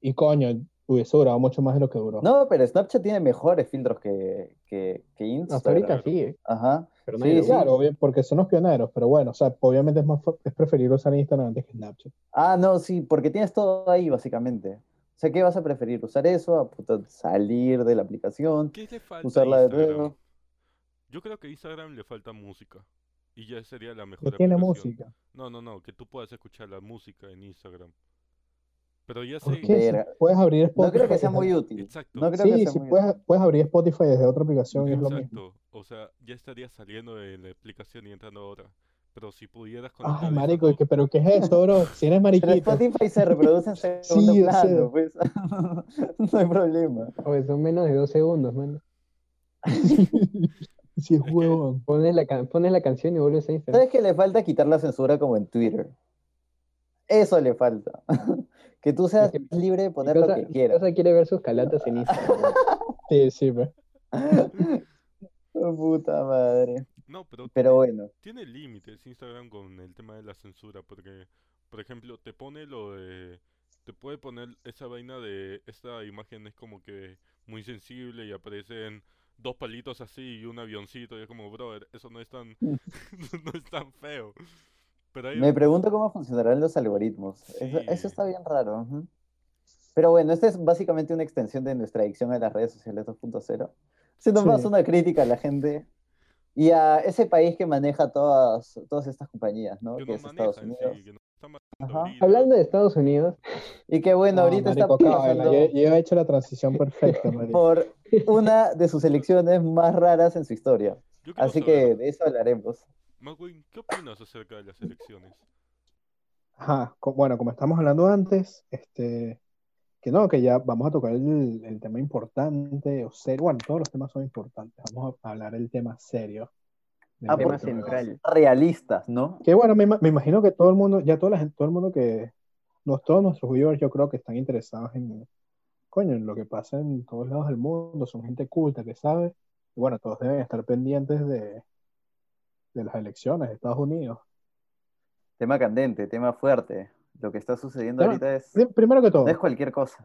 [SPEAKER 1] y coño, hubiese durado mucho más de lo que duró.
[SPEAKER 2] No, pero Snapchat tiene mejores filtros que, que, que Instagram.
[SPEAKER 4] Hasta ahorita sí, eh,
[SPEAKER 2] Ajá.
[SPEAKER 4] pero
[SPEAKER 2] Sí,
[SPEAKER 4] nadie lo
[SPEAKER 2] sí.
[SPEAKER 4] usa.
[SPEAKER 1] Claro, obvio, porque son los pioneros, pero bueno, o sea, obviamente es, más, fa- es preferible usar Instagram antes que Snapchat.
[SPEAKER 2] Ah, no, sí, porque tienes todo ahí, básicamente. O sea, ¿qué vas a preferir? ¿Usar eso? A puta, salir de la aplicación.
[SPEAKER 3] ¿Qué le falta a
[SPEAKER 2] Usarla de
[SPEAKER 3] Instagram?
[SPEAKER 2] nuevo.
[SPEAKER 3] Yo creo que a Instagram le falta música. Y ya sería la mejor
[SPEAKER 1] No tiene
[SPEAKER 3] aplicación.
[SPEAKER 1] música.
[SPEAKER 3] No, no, no, que tú puedas escuchar la música en Instagram. Pero ya
[SPEAKER 1] ¿Por
[SPEAKER 3] sé...
[SPEAKER 1] qué? Si
[SPEAKER 2] Verga.
[SPEAKER 1] puedes abrir
[SPEAKER 2] No
[SPEAKER 1] Spotify.
[SPEAKER 2] creo que sea
[SPEAKER 1] desde-
[SPEAKER 2] muy útil.
[SPEAKER 3] Exacto.
[SPEAKER 2] No creo que
[SPEAKER 1] Sí,
[SPEAKER 2] sea
[SPEAKER 1] sí,
[SPEAKER 2] muy
[SPEAKER 1] puedes,
[SPEAKER 2] útil.
[SPEAKER 1] puedes abrir Spotify desde otra aplicación y es lo mismo.
[SPEAKER 3] Exacto. O sea, ya estaría saliendo de la aplicación y entrando a otra. Pero si pudieras conectar
[SPEAKER 1] Ay,
[SPEAKER 3] esas
[SPEAKER 1] Ah, marico,
[SPEAKER 3] dos-
[SPEAKER 1] ¿y que- pero ¿qué es eso, bro? Si eres
[SPEAKER 2] Pero
[SPEAKER 1] mariquito.
[SPEAKER 2] Spotify se reproduce en segundo
[SPEAKER 1] Sí, o sea.
[SPEAKER 2] plano, pues. No hay problema.
[SPEAKER 4] Oye, son menos de dos segundos, mano.
[SPEAKER 1] Si es
[SPEAKER 3] que-
[SPEAKER 1] huevón.
[SPEAKER 4] Pones la, can- pones la canción y vuelves a Instagram.
[SPEAKER 2] ¿Sabes qué le falta? Quitar la censura como en Twitter. Eso le falta. Que tú seas
[SPEAKER 4] que mi-
[SPEAKER 2] libre de
[SPEAKER 4] Mi
[SPEAKER 2] poner lo
[SPEAKER 4] cosa-
[SPEAKER 2] que
[SPEAKER 4] mi
[SPEAKER 2] quieras.
[SPEAKER 4] cosa quiere ver sus calatas en Instagram.
[SPEAKER 1] Sí, sí, pues. ve.
[SPEAKER 2] Oh, Puta madre.
[SPEAKER 3] No, pero
[SPEAKER 2] Pero bueno,
[SPEAKER 3] tiene límites Instagram con el tema de la censura, porque, por ejemplo, te pone lo de, te puede poner esa vaina de, esta imagen es como que muy sensible y aparecen dos palitos así y un avioncito. Y es como, brother, eso no es tan,
[SPEAKER 2] Mm.
[SPEAKER 3] no es tan feo. Pero hay
[SPEAKER 2] Me pregunto cómo funcionarán los algoritmos. Eso, eso
[SPEAKER 3] Sí.
[SPEAKER 2] está bien raro. ujú. Pero bueno, esta es básicamente una extensión de nuestra adicción a las redes sociales 2.0. Si nos
[SPEAKER 1] Sí.
[SPEAKER 2] más una crítica a la gente y a ese país que maneja todas, todas estas compañías, ¿no?
[SPEAKER 3] que
[SPEAKER 2] Que
[SPEAKER 3] no
[SPEAKER 2] es Estados
[SPEAKER 3] manejan,
[SPEAKER 2] Unidos.
[SPEAKER 3] sí, que no están
[SPEAKER 2] Ajá.
[SPEAKER 3] manejando ahorita.
[SPEAKER 4] Hablando de Estados Unidos,
[SPEAKER 2] Y que bueno,
[SPEAKER 1] Ah,
[SPEAKER 2] ahorita está
[SPEAKER 1] marico, cábala,
[SPEAKER 2] pasando
[SPEAKER 1] Yo,
[SPEAKER 5] ¿eh?
[SPEAKER 1] yo he hecho la transición perfecta, marico.
[SPEAKER 2] por una de sus elecciones más raras en su historia.
[SPEAKER 3] Yo quiero
[SPEAKER 2] Así que
[SPEAKER 3] saber,
[SPEAKER 2] de eso hablaremos.
[SPEAKER 3] Magwin, ¿qué opinas acerca de las elecciones?
[SPEAKER 1] Ajá, co- bueno, como estamos hablando antes, este, que no, que ya vamos a tocar el, el tema importante, o serio, bueno, todos los temas son importantes, vamos a hablar del tema serio. del
[SPEAKER 2] Ah,
[SPEAKER 5] tema
[SPEAKER 1] podcast.
[SPEAKER 5] central.
[SPEAKER 2] Realistas, ¿no?
[SPEAKER 1] Que bueno, me, ima- me imagino que todo el mundo, ya toda la gente, todo el mundo que, no, todos nuestros viewers yo creo que están interesados en, coño, en lo que pasa en todos lados del mundo, son gente culta que sabe, y bueno, todos deben estar pendientes de, de las elecciones de Estados Unidos.
[SPEAKER 2] Tema candente, tema fuerte. Lo que está sucediendo
[SPEAKER 1] Tema-
[SPEAKER 2] ahorita es,
[SPEAKER 1] Pri- Primero que todo,
[SPEAKER 2] no es cualquier cosa.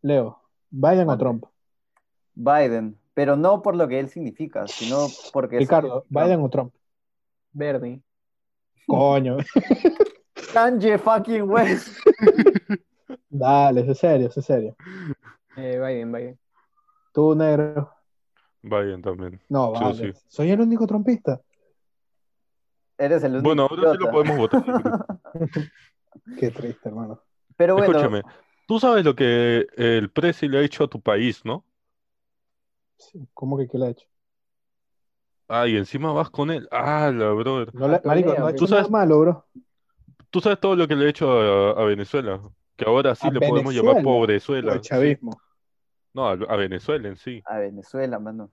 [SPEAKER 1] Leo, Biden o
[SPEAKER 2] Mande.
[SPEAKER 1] Trump.
[SPEAKER 2] Biden, pero no por lo que él significa, sino porque... es-
[SPEAKER 1] Ricardo, Biden o Trump.
[SPEAKER 4] Bernie.
[SPEAKER 1] Coño,
[SPEAKER 2] Kanye fucking West.
[SPEAKER 1] dale, es serio, es serio.
[SPEAKER 4] Eh, Biden, Biden.
[SPEAKER 1] Tú, negro.
[SPEAKER 3] Biden también.
[SPEAKER 1] No,
[SPEAKER 3] Sí,
[SPEAKER 1] vale.
[SPEAKER 3] sí.
[SPEAKER 1] Soy el único trompista.
[SPEAKER 2] Eres el único
[SPEAKER 3] Bueno, ahora sí lo
[SPEAKER 2] idiota.
[SPEAKER 3] podemos votar.
[SPEAKER 1] Qué triste, hermano.
[SPEAKER 2] Pero bueno,
[SPEAKER 3] Escúchame, tú sabes lo que el presi le ha hecho a tu país, ¿no?
[SPEAKER 1] Sí, ¿Cómo que qué le ha hecho?
[SPEAKER 3] Ah, y encima vas con él. Ah, la brother.
[SPEAKER 1] No le-
[SPEAKER 4] Ah,
[SPEAKER 1] marico, no ha
[SPEAKER 4] Toledo,
[SPEAKER 1] hecho
[SPEAKER 3] ¿tú sabes?
[SPEAKER 1] nada malo, bro.
[SPEAKER 3] Tú sabes todo lo que le ha hecho a, a Venezuela. Que ahora sí
[SPEAKER 1] ¿A
[SPEAKER 3] le podemos llamar
[SPEAKER 1] Venezuela?
[SPEAKER 3] pobrezuela.
[SPEAKER 1] El
[SPEAKER 3] sí.
[SPEAKER 1] chavismo.
[SPEAKER 3] No, a, a Venezuela en sí.
[SPEAKER 2] a Venezuela, mano.
[SPEAKER 3] Papi,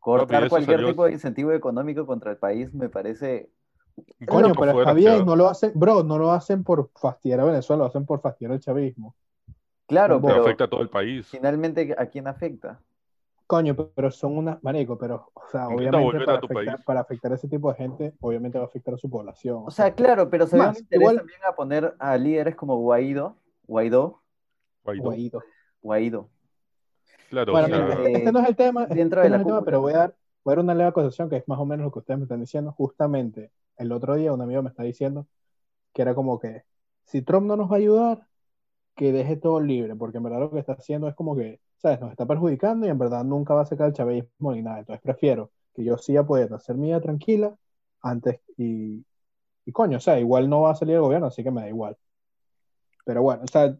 [SPEAKER 2] Cortar
[SPEAKER 3] eso
[SPEAKER 2] cualquier
[SPEAKER 3] salió-
[SPEAKER 2] tipo de incentivo económico contra el país me parece...
[SPEAKER 3] Un
[SPEAKER 1] Coño,
[SPEAKER 3] poquito
[SPEAKER 1] pero está
[SPEAKER 3] fuerte,
[SPEAKER 1] bien,
[SPEAKER 3] ¿ah?
[SPEAKER 1] no lo hacen, bro, no lo hacen por fastidiar a Venezuela, lo hacen por fastidiar al chavismo.
[SPEAKER 2] Claro,
[SPEAKER 3] Pero
[SPEAKER 2] pero
[SPEAKER 3] afecta a todo el país.
[SPEAKER 2] finalmente ¿a quién afecta?
[SPEAKER 1] Coño, pero son unas, marico, pero, o sea,
[SPEAKER 3] Intenta
[SPEAKER 1] obviamente
[SPEAKER 3] volver a
[SPEAKER 1] para
[SPEAKER 3] tu
[SPEAKER 1] afectar,
[SPEAKER 3] país.
[SPEAKER 1] para afectar a ese tipo de gente, obviamente va a afectar a su población.
[SPEAKER 2] O sea, claro, pero se ve un
[SPEAKER 1] Más,
[SPEAKER 2] interés
[SPEAKER 1] igual-
[SPEAKER 2] también a poner a líderes como Guaidó, Guaidó,
[SPEAKER 3] Guaidó.
[SPEAKER 1] Guaidó.
[SPEAKER 2] Guaidó.
[SPEAKER 3] Claro,
[SPEAKER 1] Bueno,
[SPEAKER 3] o sea,
[SPEAKER 1] mira, este no es el tema, este
[SPEAKER 2] dentro
[SPEAKER 1] no
[SPEAKER 2] de
[SPEAKER 1] es
[SPEAKER 2] la
[SPEAKER 1] el tema,
[SPEAKER 2] cúpula,
[SPEAKER 1] pero
[SPEAKER 2] ¿no?
[SPEAKER 1] voy a dar, voy a dar una leve acusación que es más o menos lo que ustedes me están diciendo. Justamente el otro día un amigo me está diciendo que era como que si Trump no nos va a ayudar, que deje todo libre, porque en verdad lo que está haciendo es como que, ¿sabes? Nos está perjudicando y en verdad nunca va a sacar el chavismo ni nada. Entonces prefiero que yo siga pudiendo hacer mi vida tranquila antes y, y coño, o sea, igual no va a salir el gobierno, así que me da igual. Pero bueno, o sea,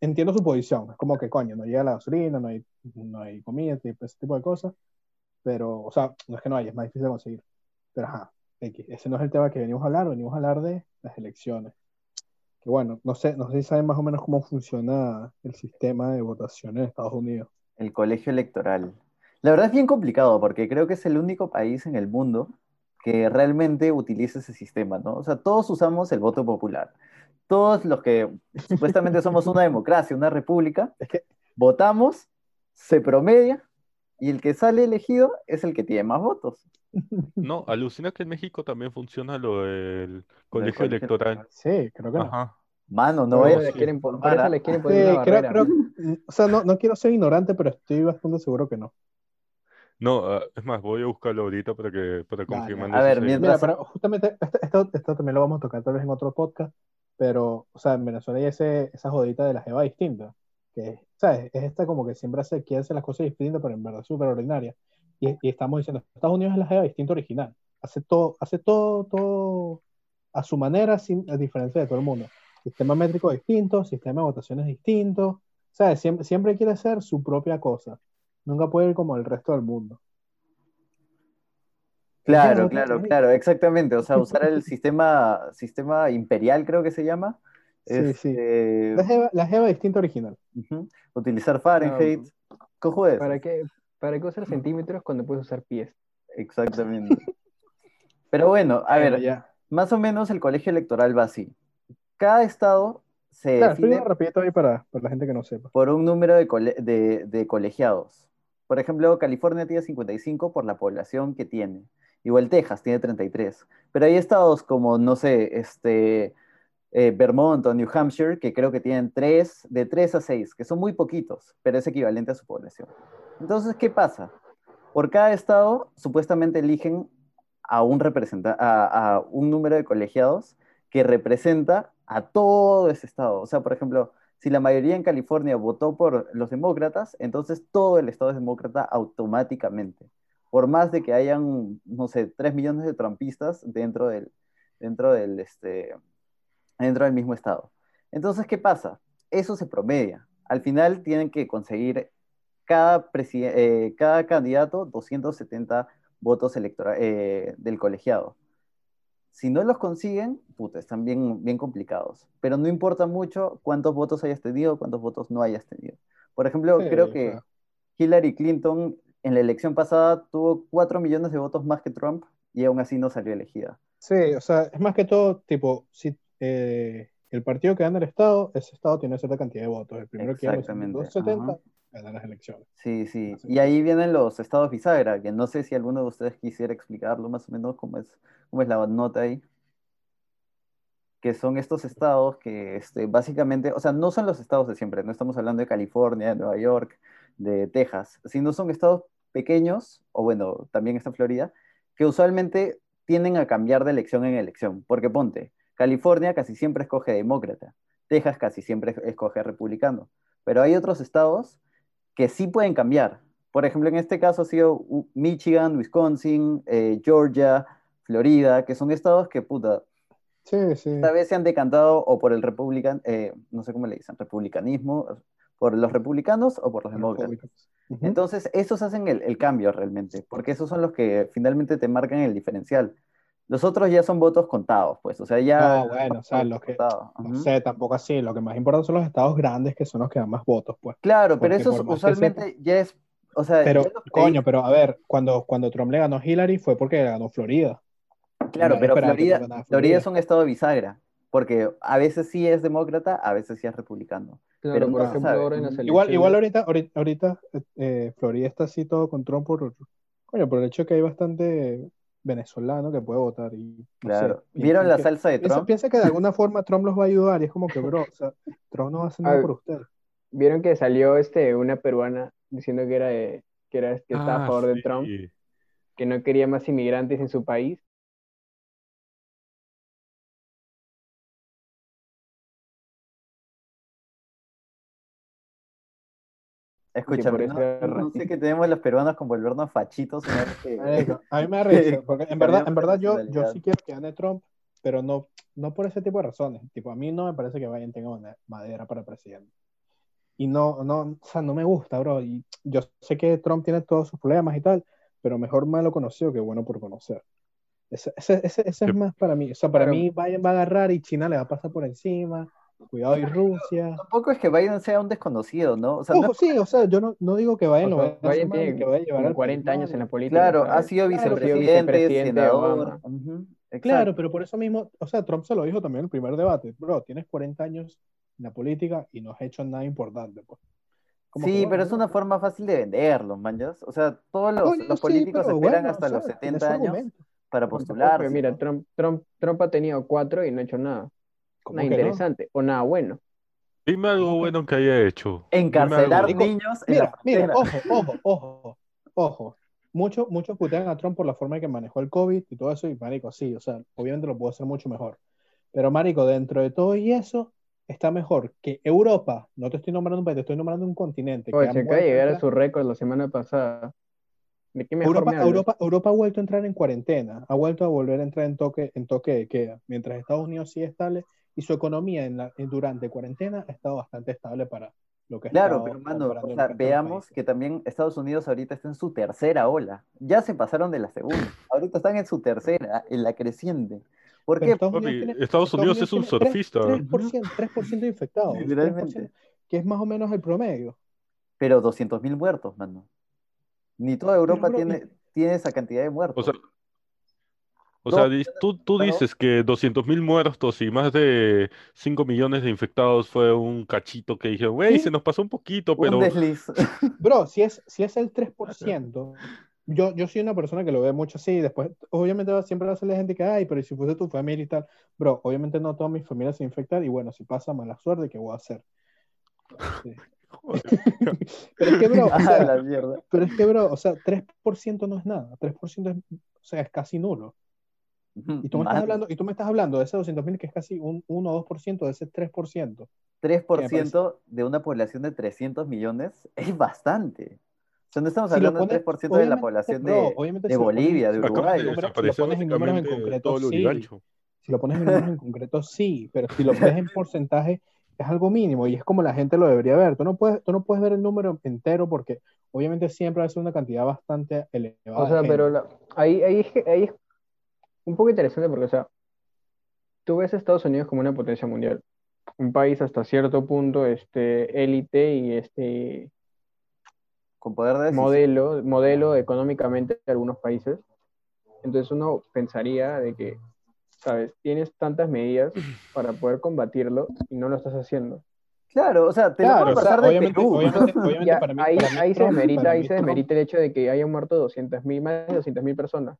[SPEAKER 1] entiendo su posición. Es como que, coño, no llega la gasolina, no hay, no hay comida, tipo- ese tipo de cosas. Pero, o sea, no es que no haya, es más difícil de conseguir. Pero ajá, X. Ese no es el tema que venimos a hablar, venimos a hablar de las elecciones. Que bueno, no sé, no sé si saben más o menos cómo funciona el sistema de votación en Estados Unidos.
[SPEAKER 2] El colegio electoral. La verdad es bien complicado porque creo que es el único país en el mundo que realmente utiliza ese sistema, ¿no? O sea, todos usamos el voto popular. Todos los que supuestamente somos una democracia, una república,
[SPEAKER 1] Es que-
[SPEAKER 2] votamos, se promedia y el que sale elegido es el que tiene más votos.
[SPEAKER 3] no, alucina que en México también funciona lo del colegio
[SPEAKER 2] colegio
[SPEAKER 3] electoral.
[SPEAKER 1] Sí, creo que no.
[SPEAKER 3] Ajá.
[SPEAKER 2] Mano, no
[SPEAKER 4] Por eso
[SPEAKER 2] es
[SPEAKER 4] les quieren, por
[SPEAKER 2] Para.
[SPEAKER 4] eso les quieren poner
[SPEAKER 1] Sí,
[SPEAKER 4] una
[SPEAKER 1] creo-
[SPEAKER 4] barrera.
[SPEAKER 1] creo- o sea, no, no quiero ser ignorante, pero estoy bastante seguro que no.
[SPEAKER 3] No, ah, es más, voy a buscarlo ahorita para que para confirmar
[SPEAKER 2] a ver,
[SPEAKER 3] eso.
[SPEAKER 2] mientras-
[SPEAKER 1] Mira, pero justamente esto, esto- esto también lo vamos a tocar tal vez en otro podcast, pero, o sea, en Venezuela hay ese, esa jodita de la jeva distinta, que, ¿sabes? Es esta como que siempre hace, quiere hacer las cosas distintas, pero en verdad es súper ordinaria. Y, y estamos diciendo, Estados Unidos es la jeva distinta original. Hace todo, hace todo, todo a su manera, sin, a diferencia de todo el mundo. Sistema métrico distinto, sistema de votaciones distinto, ¿sabes? Siempre, siempre quiere hacer su propia cosa. Nunca puede ir como el resto del mundo.
[SPEAKER 2] Claro,
[SPEAKER 1] Claro,
[SPEAKER 2] claro,
[SPEAKER 1] claro.
[SPEAKER 2] claro, exactamente. O sea, usar el sistema, sistema imperial, creo que se llama.
[SPEAKER 1] Sí, sí.
[SPEAKER 2] Este,
[SPEAKER 1] La jeva, la jeva distinta original.
[SPEAKER 2] ujú, Utilizar Fahrenheit. Cojones.
[SPEAKER 4] ¿Para qué, ¿Para qué usar centímetros cuando puedes usar pies?
[SPEAKER 2] Exactamente. Pero bueno, a ver,
[SPEAKER 1] Bueno, ya.
[SPEAKER 2] más o menos el colegio electoral va así. Cada estado se
[SPEAKER 1] Claro,
[SPEAKER 2] define
[SPEAKER 1] explícalo rapidito ahí para, para la gente que no sepa.
[SPEAKER 2] por un número de, cole- de- de colegiados. Por ejemplo, California tiene 55 por la población que tiene. Igual Texas tiene 33. Pero hay estados como, no sé, este, eh, Vermont o New Hampshire, que creo que tienen 3, de 3 a 6, que son muy poquitos, pero es equivalente a su población. Entonces, ¿qué pasa? Por cada estado, supuestamente eligen a un, representa- a, a un número de colegiados que representa a todo ese estado. O sea, por ejemplo, si la mayoría en California votó por los demócratas, entonces todo el estado es demócrata automáticamente. Por más de que hayan, no sé, 3 millones de trumpistas dentro del, dentro del, este, dentro del mismo estado. Entonces, ¿qué pasa? Eso se promedia. Al final tienen que conseguir cada, presi- eh, cada candidato 270 votos electora- eh, del colegiado. Si no los consiguen, puta, están bien, bien complicados. Pero no importa mucho cuántos votos hayas tenido, cuántos votos no hayas tenido. Por ejemplo,
[SPEAKER 1] Sí,
[SPEAKER 2] creo
[SPEAKER 1] o
[SPEAKER 2] que
[SPEAKER 1] sea.
[SPEAKER 2] Hillary Clinton en la elección pasada tuvo 4 millones de votos más que Trump y aún así no salió elegida.
[SPEAKER 1] Sí, o sea, es más que todo, tipo, si eh, el partido que gana el Estado, ese Estado tiene cierta cantidad de votos. El primero que gana
[SPEAKER 2] Exactamente,
[SPEAKER 1] 270
[SPEAKER 2] ajá.
[SPEAKER 1] gana las elecciones.
[SPEAKER 2] Sí, sí.
[SPEAKER 1] Así
[SPEAKER 2] Y ahí vienen los estados bisagra, que no sé si alguno de ustedes quisiera explicarlo más o menos cómo es, cómo es la nota ahí. Que son estos estados que este, básicamente, o sea, no son los estados de siempre, no estamos hablando de California, de Nueva York, de Texas, sino son estados pequeños, o bueno, también está Florida, que usualmente tienden a cambiar de elección en elección. Porque ponte, California casi siempre escoge demócrata, Texas casi siempre escoge republicano, pero hay otros estados que sí pueden cambiar. Por ejemplo, en este caso ha sido U- Michigan, Wisconsin, eh, Georgia, Florida, que son estados que, puta,
[SPEAKER 1] Sí, sí.
[SPEAKER 2] esta vez se han decantado o por el republican, eh, no sé cómo le dicen, republicanismo, por los republicanos o por los demócratas.
[SPEAKER 1] Ujú.
[SPEAKER 2] Entonces, esos hacen el, el cambio realmente, porque esos son los que finalmente te marcan el diferencial. Los otros ya son votos contados, pues, o sea, ya...
[SPEAKER 1] Ah, bueno, o sea, los que-
[SPEAKER 2] contados,
[SPEAKER 1] No
[SPEAKER 2] ujú.
[SPEAKER 1] sé, tampoco así. Lo que más importa son los estados grandes, que son los que dan más votos, pues.
[SPEAKER 2] Claro, pero
[SPEAKER 1] porque
[SPEAKER 2] esos
[SPEAKER 1] por más que
[SPEAKER 2] usualmente ya es... O sea,
[SPEAKER 1] Pero,
[SPEAKER 2] ya los pedí-
[SPEAKER 1] coño, pero a ver, cuando, cuando Trump le ganó a Hillary fue porque le ganó Florida.
[SPEAKER 2] Claro,
[SPEAKER 1] Nadie
[SPEAKER 2] pero
[SPEAKER 1] esperaba que
[SPEAKER 2] Florida,
[SPEAKER 1] Trump ganara
[SPEAKER 2] Florida es
[SPEAKER 1] Florida.
[SPEAKER 2] un estado bisagra, porque a veces sí es demócrata, a veces sí es republicano.
[SPEAKER 4] Claro,
[SPEAKER 2] Pero
[SPEAKER 4] por
[SPEAKER 2] no se
[SPEAKER 4] ejemplo,
[SPEAKER 2] sabe.
[SPEAKER 4] ahora en las
[SPEAKER 2] Igual-
[SPEAKER 1] Igual, igual
[SPEAKER 4] elecciones-
[SPEAKER 1] ahorita, ahorita, ahorita, eh, eh, Florida está así todo con Trump por, coño, por el hecho que hay bastante venezolano que puede votar y no sé,
[SPEAKER 2] Claro.
[SPEAKER 1] piensan
[SPEAKER 2] ¿Vieron la
[SPEAKER 1] que-
[SPEAKER 2] salsa de
[SPEAKER 1] Piensa,
[SPEAKER 2] Trump?
[SPEAKER 1] piensa que de alguna forma Trump los va a ayudar y es como que, bro, o sea, Trump no va a hacer
[SPEAKER 4] A
[SPEAKER 1] nada
[SPEAKER 4] ver,
[SPEAKER 1] por usted.
[SPEAKER 4] Vieron que salió este, una peruana diciendo que era de- que era, que
[SPEAKER 1] Ah,
[SPEAKER 3] Ah,
[SPEAKER 4] estaba a favor de Trump, que no quería más inmigrantes en su país. por
[SPEAKER 2] Escúchame,
[SPEAKER 4] eso
[SPEAKER 2] no,
[SPEAKER 4] era
[SPEAKER 2] no sé
[SPEAKER 4] racista.
[SPEAKER 2] qué tenemos los peruanos con volvernos fachitos una vez que-
[SPEAKER 1] Marico, a mí me da risa, porque en verdad, en verdad yo, yo
[SPEAKER 2] Cambiamos de
[SPEAKER 1] sí quiero que gane Trump, pero no, no por ese tipo de razones. Tipo, a mí no me parece que Biden tenga una- madera para presidente. Y no, no, o sea, no me gusta, bro. Y yo sé que Trump tiene todos sus problemas y tal, pero mejor malo conocido que bueno por conocer. Ese, ese- ese- ese es
[SPEAKER 3] Sí.
[SPEAKER 1] más para mí. O sea, para
[SPEAKER 4] Claro.
[SPEAKER 1] mí Biden va a agarrar y China le va a pasar por encima. Cuidado y Rusia.
[SPEAKER 2] Tampoco es que Biden sea un desconocido, ¿no? O sea, no
[SPEAKER 1] Ojo, sí, o sea, yo no, no digo que Biden
[SPEAKER 4] O
[SPEAKER 1] lo
[SPEAKER 4] sea,
[SPEAKER 1] vaya a hacer
[SPEAKER 4] Biden
[SPEAKER 1] mal, ni
[SPEAKER 4] tiene
[SPEAKER 1] que vaya a llevar
[SPEAKER 4] como
[SPEAKER 1] al
[SPEAKER 4] 40
[SPEAKER 1] país
[SPEAKER 4] años en
[SPEAKER 1] mal.
[SPEAKER 4] la política,
[SPEAKER 2] claro, ha
[SPEAKER 4] ¿sabes?
[SPEAKER 2] sido
[SPEAKER 1] Claro, pero-
[SPEAKER 2] vicepresidente,
[SPEAKER 4] vicepresidente de
[SPEAKER 2] senador.
[SPEAKER 4] Obama.
[SPEAKER 2] ujú,
[SPEAKER 1] Claro,
[SPEAKER 2] exacto.
[SPEAKER 1] pero por eso mismo, o sea, Trump se lo dijo también en el primer debate, bro, tienes 40 años en la política y no has hecho nada importante, pues. Como que,
[SPEAKER 2] Sí,
[SPEAKER 1] bueno,
[SPEAKER 2] pero es
[SPEAKER 1] bro,
[SPEAKER 2] una forma fácil de venderlo, manjas. O sea, todos los,
[SPEAKER 1] coño,
[SPEAKER 2] los
[SPEAKER 1] sí,
[SPEAKER 2] políticos
[SPEAKER 1] pero
[SPEAKER 2] esperan
[SPEAKER 1] bueno,
[SPEAKER 2] hasta
[SPEAKER 1] o sea,
[SPEAKER 2] los
[SPEAKER 1] tiene
[SPEAKER 2] 70
[SPEAKER 1] su
[SPEAKER 2] años
[SPEAKER 1] argumento.
[SPEAKER 2] para
[SPEAKER 4] Pero tampoco,
[SPEAKER 2] postularse.
[SPEAKER 4] pero
[SPEAKER 2] y
[SPEAKER 4] mira,
[SPEAKER 2] todo.
[SPEAKER 4] Trump, Trump, Trump ha tenido cuatro y no ha hecho nada.
[SPEAKER 1] ¿Cómo
[SPEAKER 4] Nada
[SPEAKER 1] que no?
[SPEAKER 4] interesante o nada bueno.
[SPEAKER 3] Dime algo
[SPEAKER 1] ¿Cómo que-
[SPEAKER 3] bueno que haya hecho. Dime
[SPEAKER 2] Encarcelar
[SPEAKER 3] algo.
[SPEAKER 1] Marico,
[SPEAKER 2] niños en la
[SPEAKER 1] Mira, mira,
[SPEAKER 2] frontera.
[SPEAKER 1] ojo, ojo, ojo, ojo. Muchos muchos putean a Trump por la forma en que manejó el COVID y todo eso, y marico, sí, o sea, obviamente lo puedo hacer mucho mejor. Pero marico, dentro de todo y eso, está mejor que Europa, no te estoy nombrando un país, te estoy nombrando un continente que
[SPEAKER 4] Oye,
[SPEAKER 1] ha
[SPEAKER 4] se acaba de
[SPEAKER 1] vuelto a
[SPEAKER 4] llegar a
[SPEAKER 1] entrar-
[SPEAKER 4] su récord la semana pasada. ¿De qué mejor
[SPEAKER 1] Europa,
[SPEAKER 4] me hablas?
[SPEAKER 1] Europa, Europa ha vuelto a entrar en cuarentena, ha vuelto a volver a entrar en toque, en toque de queda, mientras Estados Unidos sigue estable y su economía en la, en- durante cuarentena ha estado bastante estable para lo que ha
[SPEAKER 2] Claro,
[SPEAKER 1] estado
[SPEAKER 2] pero mano,
[SPEAKER 1] comparando
[SPEAKER 2] o
[SPEAKER 1] el
[SPEAKER 2] sea,
[SPEAKER 1] resto de los
[SPEAKER 2] veamos
[SPEAKER 1] países.
[SPEAKER 2] que también Estados Unidos ahorita está en su tercera ola. Ya se pasaron de la segunda. Ahorita están en su tercera, en la creciente. ¿Por
[SPEAKER 1] Pero
[SPEAKER 2] qué?
[SPEAKER 1] Estados Unidos
[SPEAKER 3] Papi,
[SPEAKER 1] tiene,
[SPEAKER 3] Estados
[SPEAKER 1] Estados
[SPEAKER 3] Unidos
[SPEAKER 1] Unidos
[SPEAKER 3] es un
[SPEAKER 1] tiene 3,
[SPEAKER 3] surfista.
[SPEAKER 1] 3%, 3% de infectados,
[SPEAKER 2] Literalmente.
[SPEAKER 1] 3%, que es más o menos el promedio.
[SPEAKER 2] Pero 200.000 muertos, mano. Ni toda
[SPEAKER 1] Pero,
[SPEAKER 2] Europa
[SPEAKER 1] bro, y-
[SPEAKER 2] tiene, tiene esa cantidad de
[SPEAKER 3] O
[SPEAKER 2] muertos.
[SPEAKER 3] sea, o
[SPEAKER 2] Dos
[SPEAKER 3] sea, dis- tú, tú
[SPEAKER 2] millones-
[SPEAKER 3] dices que 200.000 muertos y más de 5 millones de infectados fue un cachito que dijeron, wey, se
[SPEAKER 1] ¿Sí?
[SPEAKER 3] nos pasó un poquito,
[SPEAKER 2] un
[SPEAKER 3] pero
[SPEAKER 2] desliz.
[SPEAKER 1] Bro, si es, si es el 3%, yo, yo soy una persona que lo ve mucho así, y después, obviamente va- siempre va a ser la gente que, ay, pero ¿y si fuese tu familia y tal, bro, obviamente no toda mi familia se infecta y bueno, si pasa mala suerte, ¿qué voy a hacer? Sí. Pero es que, bro, o
[SPEAKER 2] Ah,
[SPEAKER 1] sea,
[SPEAKER 2] la mierda.
[SPEAKER 1] pero es que, bro, o sea, 3% no es nada. 3% es, o sea, es casi nulo. Y tú me estás
[SPEAKER 2] Más
[SPEAKER 1] hablando, y tú me estás hablando de ese 200 mil que es casi un 1 o 2%, de ese 3%.
[SPEAKER 2] 3% de una población de 300 millones es bastante. O sea, no estamos
[SPEAKER 1] Si lo
[SPEAKER 2] hablando
[SPEAKER 1] pones-
[SPEAKER 2] del 3% de la
[SPEAKER 1] obviamente,
[SPEAKER 2] población
[SPEAKER 1] bro,
[SPEAKER 2] de,
[SPEAKER 1] obviamente
[SPEAKER 2] de
[SPEAKER 1] si lo pones-
[SPEAKER 2] Bolivia, de
[SPEAKER 1] si lo
[SPEAKER 3] Acaba
[SPEAKER 2] Uruguay.
[SPEAKER 3] de
[SPEAKER 1] Lo pones- lo
[SPEAKER 3] desaparecer
[SPEAKER 1] pones en números en
[SPEAKER 3] básicamente
[SPEAKER 1] concreto,
[SPEAKER 3] todo el
[SPEAKER 1] sí.
[SPEAKER 3] oligancho.
[SPEAKER 1] Si lo pones en números en concreto, sí, pero si lo pones en porcentaje, es algo mínimo y es como la gente lo debería ver. Tú no puedes, tú no puedes ver el número entero porque obviamente siempre va a ser una cantidad bastante elevada.
[SPEAKER 4] O sea,
[SPEAKER 1] de
[SPEAKER 4] pero
[SPEAKER 1] gente.
[SPEAKER 4] la- ahí, ahí, es que- ahí es un poco interesante porque, o sea, tú ves a Estados Unidos como una potencia mundial, un país hasta cierto punto, este, élite y este
[SPEAKER 2] Con poder de decisión.
[SPEAKER 4] modelo, modelo económicamente de algunos países. Entonces uno pensaría de que, sabes, tienes tantas medidas para poder combatirlo y no lo estás haciendo.
[SPEAKER 2] Claro, o sea, te
[SPEAKER 1] Claro,
[SPEAKER 2] lo puedo
[SPEAKER 1] o sea,
[SPEAKER 2] pasar de
[SPEAKER 1] obviamente,
[SPEAKER 2] Perú.
[SPEAKER 1] obviamente, obviamente
[SPEAKER 4] Ya,
[SPEAKER 1] para mí,
[SPEAKER 4] ahí,
[SPEAKER 1] para mí
[SPEAKER 4] ahí se
[SPEAKER 1] Trump-
[SPEAKER 4] desmerita,
[SPEAKER 1] para
[SPEAKER 4] ahí
[SPEAKER 1] mí
[SPEAKER 4] se
[SPEAKER 1] Trump-
[SPEAKER 4] desmerita el hecho de que hayan muerto 200.000, más de 200.000 personas.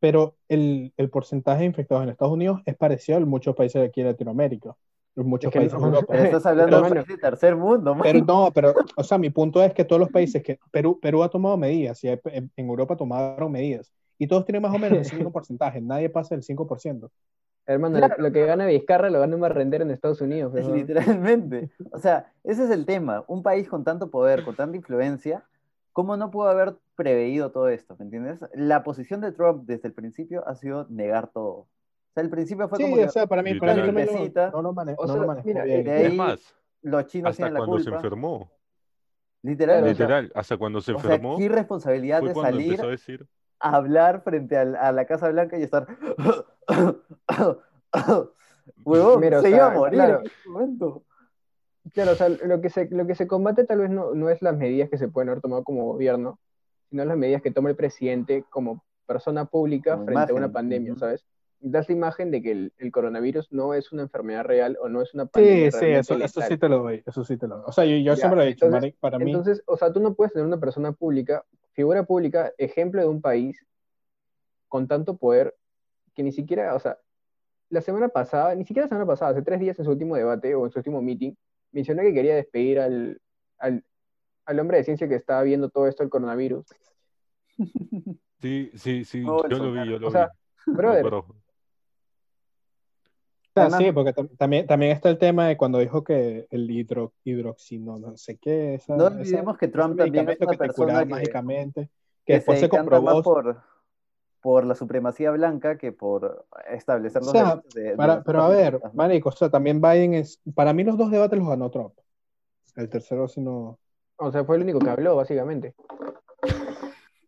[SPEAKER 1] pero el, el porcentaje de infectados en Estados Unidos es parecido al muchos países de aquí de Latinoamérica, en muchos
[SPEAKER 4] Es que
[SPEAKER 1] países
[SPEAKER 4] no.
[SPEAKER 1] de Europa.
[SPEAKER 2] Pero estás hablando de
[SPEAKER 4] Pero-
[SPEAKER 2] de tercer mundo, man.
[SPEAKER 1] Pero no, pero, o sea, mi punto es que todos los países que Perú, Perú ha tomado medidas, y hay- en, en Europa tomaron medidas, y todos tienen más o menos el mismo porcentaje, nadie pasa del 5%.
[SPEAKER 4] Hermano, lo, lo que gana Vizcarra lo gana un barrendero en Estados Unidos. pues, ¿no?
[SPEAKER 2] Literalmente. O sea, ese es el tema. Un país con tanto poder, con tanta influencia, ¿cómo no pudo haber preveído todo esto? ¿Me entiendes? La posición de Trump desde el principio ha sido negar todo. O sea, el principio fue como
[SPEAKER 1] Sí,
[SPEAKER 2] que
[SPEAKER 1] o sea, para mí, para mí también lo-
[SPEAKER 2] Literalmente.
[SPEAKER 1] no lo mane-
[SPEAKER 4] O
[SPEAKER 1] no
[SPEAKER 4] sea,
[SPEAKER 1] lo manejó
[SPEAKER 4] mira,
[SPEAKER 1] bien.
[SPEAKER 2] de
[SPEAKER 3] Es
[SPEAKER 2] ahí
[SPEAKER 3] más,
[SPEAKER 2] los chinos
[SPEAKER 3] hasta
[SPEAKER 2] tienen la
[SPEAKER 3] cuando se
[SPEAKER 2] culpa.
[SPEAKER 3] enfermó.
[SPEAKER 4] Claro, o
[SPEAKER 2] Literalmente.
[SPEAKER 4] sea,
[SPEAKER 3] Literal, hasta cuando se
[SPEAKER 2] O sea,
[SPEAKER 3] enfermó
[SPEAKER 2] qué irresponsabilidad
[SPEAKER 3] fue
[SPEAKER 2] de
[SPEAKER 3] cuando
[SPEAKER 2] salir
[SPEAKER 3] empezó a decir.
[SPEAKER 2] a hablar frente al- a la Casa Blanca y estar. Huevón,
[SPEAKER 4] Mira, o
[SPEAKER 2] se
[SPEAKER 4] sea,
[SPEAKER 2] iba a morir
[SPEAKER 4] claro.
[SPEAKER 2] en ese momento.
[SPEAKER 4] Claro, o sea, lo que se, lo que se combate tal vez no, no es las medidas que se pueden haber tomado como gobierno, sino las medidas que toma el presidente como persona pública
[SPEAKER 2] Como
[SPEAKER 4] frente a una
[SPEAKER 2] imagen,
[SPEAKER 4] pandemia,
[SPEAKER 2] ujú.
[SPEAKER 4] ¿sabes? Das la imagen de que el, el coronavirus no es una enfermedad real o no es una
[SPEAKER 1] Sí,
[SPEAKER 4] pandemia
[SPEAKER 1] sí,
[SPEAKER 4] realmente
[SPEAKER 1] eso, eso
[SPEAKER 4] letal.
[SPEAKER 1] sí te lo doy, eso sí te lo doy. O sea, yo, yo
[SPEAKER 4] Ya,
[SPEAKER 1] siempre lo he dicho,
[SPEAKER 4] entonces-
[SPEAKER 1] Mari, para mí,
[SPEAKER 4] Entonces, o sea, tú no puedes tener una persona pública, figura pública, ejemplo de un país con tanto poder que ni siquiera, o sea, la semana pasada, ni siquiera la semana pasada, hace tres días en su último debate o en su último meeting, mencionó que quería despedir al, al, al hombre de ciencia que estaba viendo todo esto del coronavirus.
[SPEAKER 3] Sí, sí, sí,
[SPEAKER 2] No,
[SPEAKER 3] yo lo vi,
[SPEAKER 2] Bolsonaro.
[SPEAKER 3] yo lo
[SPEAKER 4] O sea,
[SPEAKER 3] vi. Me
[SPEAKER 4] Brother,
[SPEAKER 3] acuerdo.
[SPEAKER 1] O sea,
[SPEAKER 2] Además-
[SPEAKER 1] sí, porque tam- también, también está el tema de cuando dijo que el hidro, hidroxino, no sé qué, esa,
[SPEAKER 2] No
[SPEAKER 1] esa-
[SPEAKER 2] olvidemos que
[SPEAKER 1] ese
[SPEAKER 2] Trump también es
[SPEAKER 1] medicamento
[SPEAKER 2] una
[SPEAKER 1] que te curaba
[SPEAKER 2] persona que,
[SPEAKER 1] mágicamente, que
[SPEAKER 2] que
[SPEAKER 1] después
[SPEAKER 2] se
[SPEAKER 1] se
[SPEAKER 2] encanta más
[SPEAKER 1] comprobó,
[SPEAKER 2] por, por la supremacía blanca que por establecer los
[SPEAKER 1] O sea,
[SPEAKER 2] derechos de, de
[SPEAKER 1] Para-
[SPEAKER 2] las
[SPEAKER 1] pero a
[SPEAKER 2] personas.
[SPEAKER 1] ver, marico, o sea, también Biden es, para mí los dos debates los ganó Trump. El tercero, si no,
[SPEAKER 4] o sea, fue el único que habló, básicamente.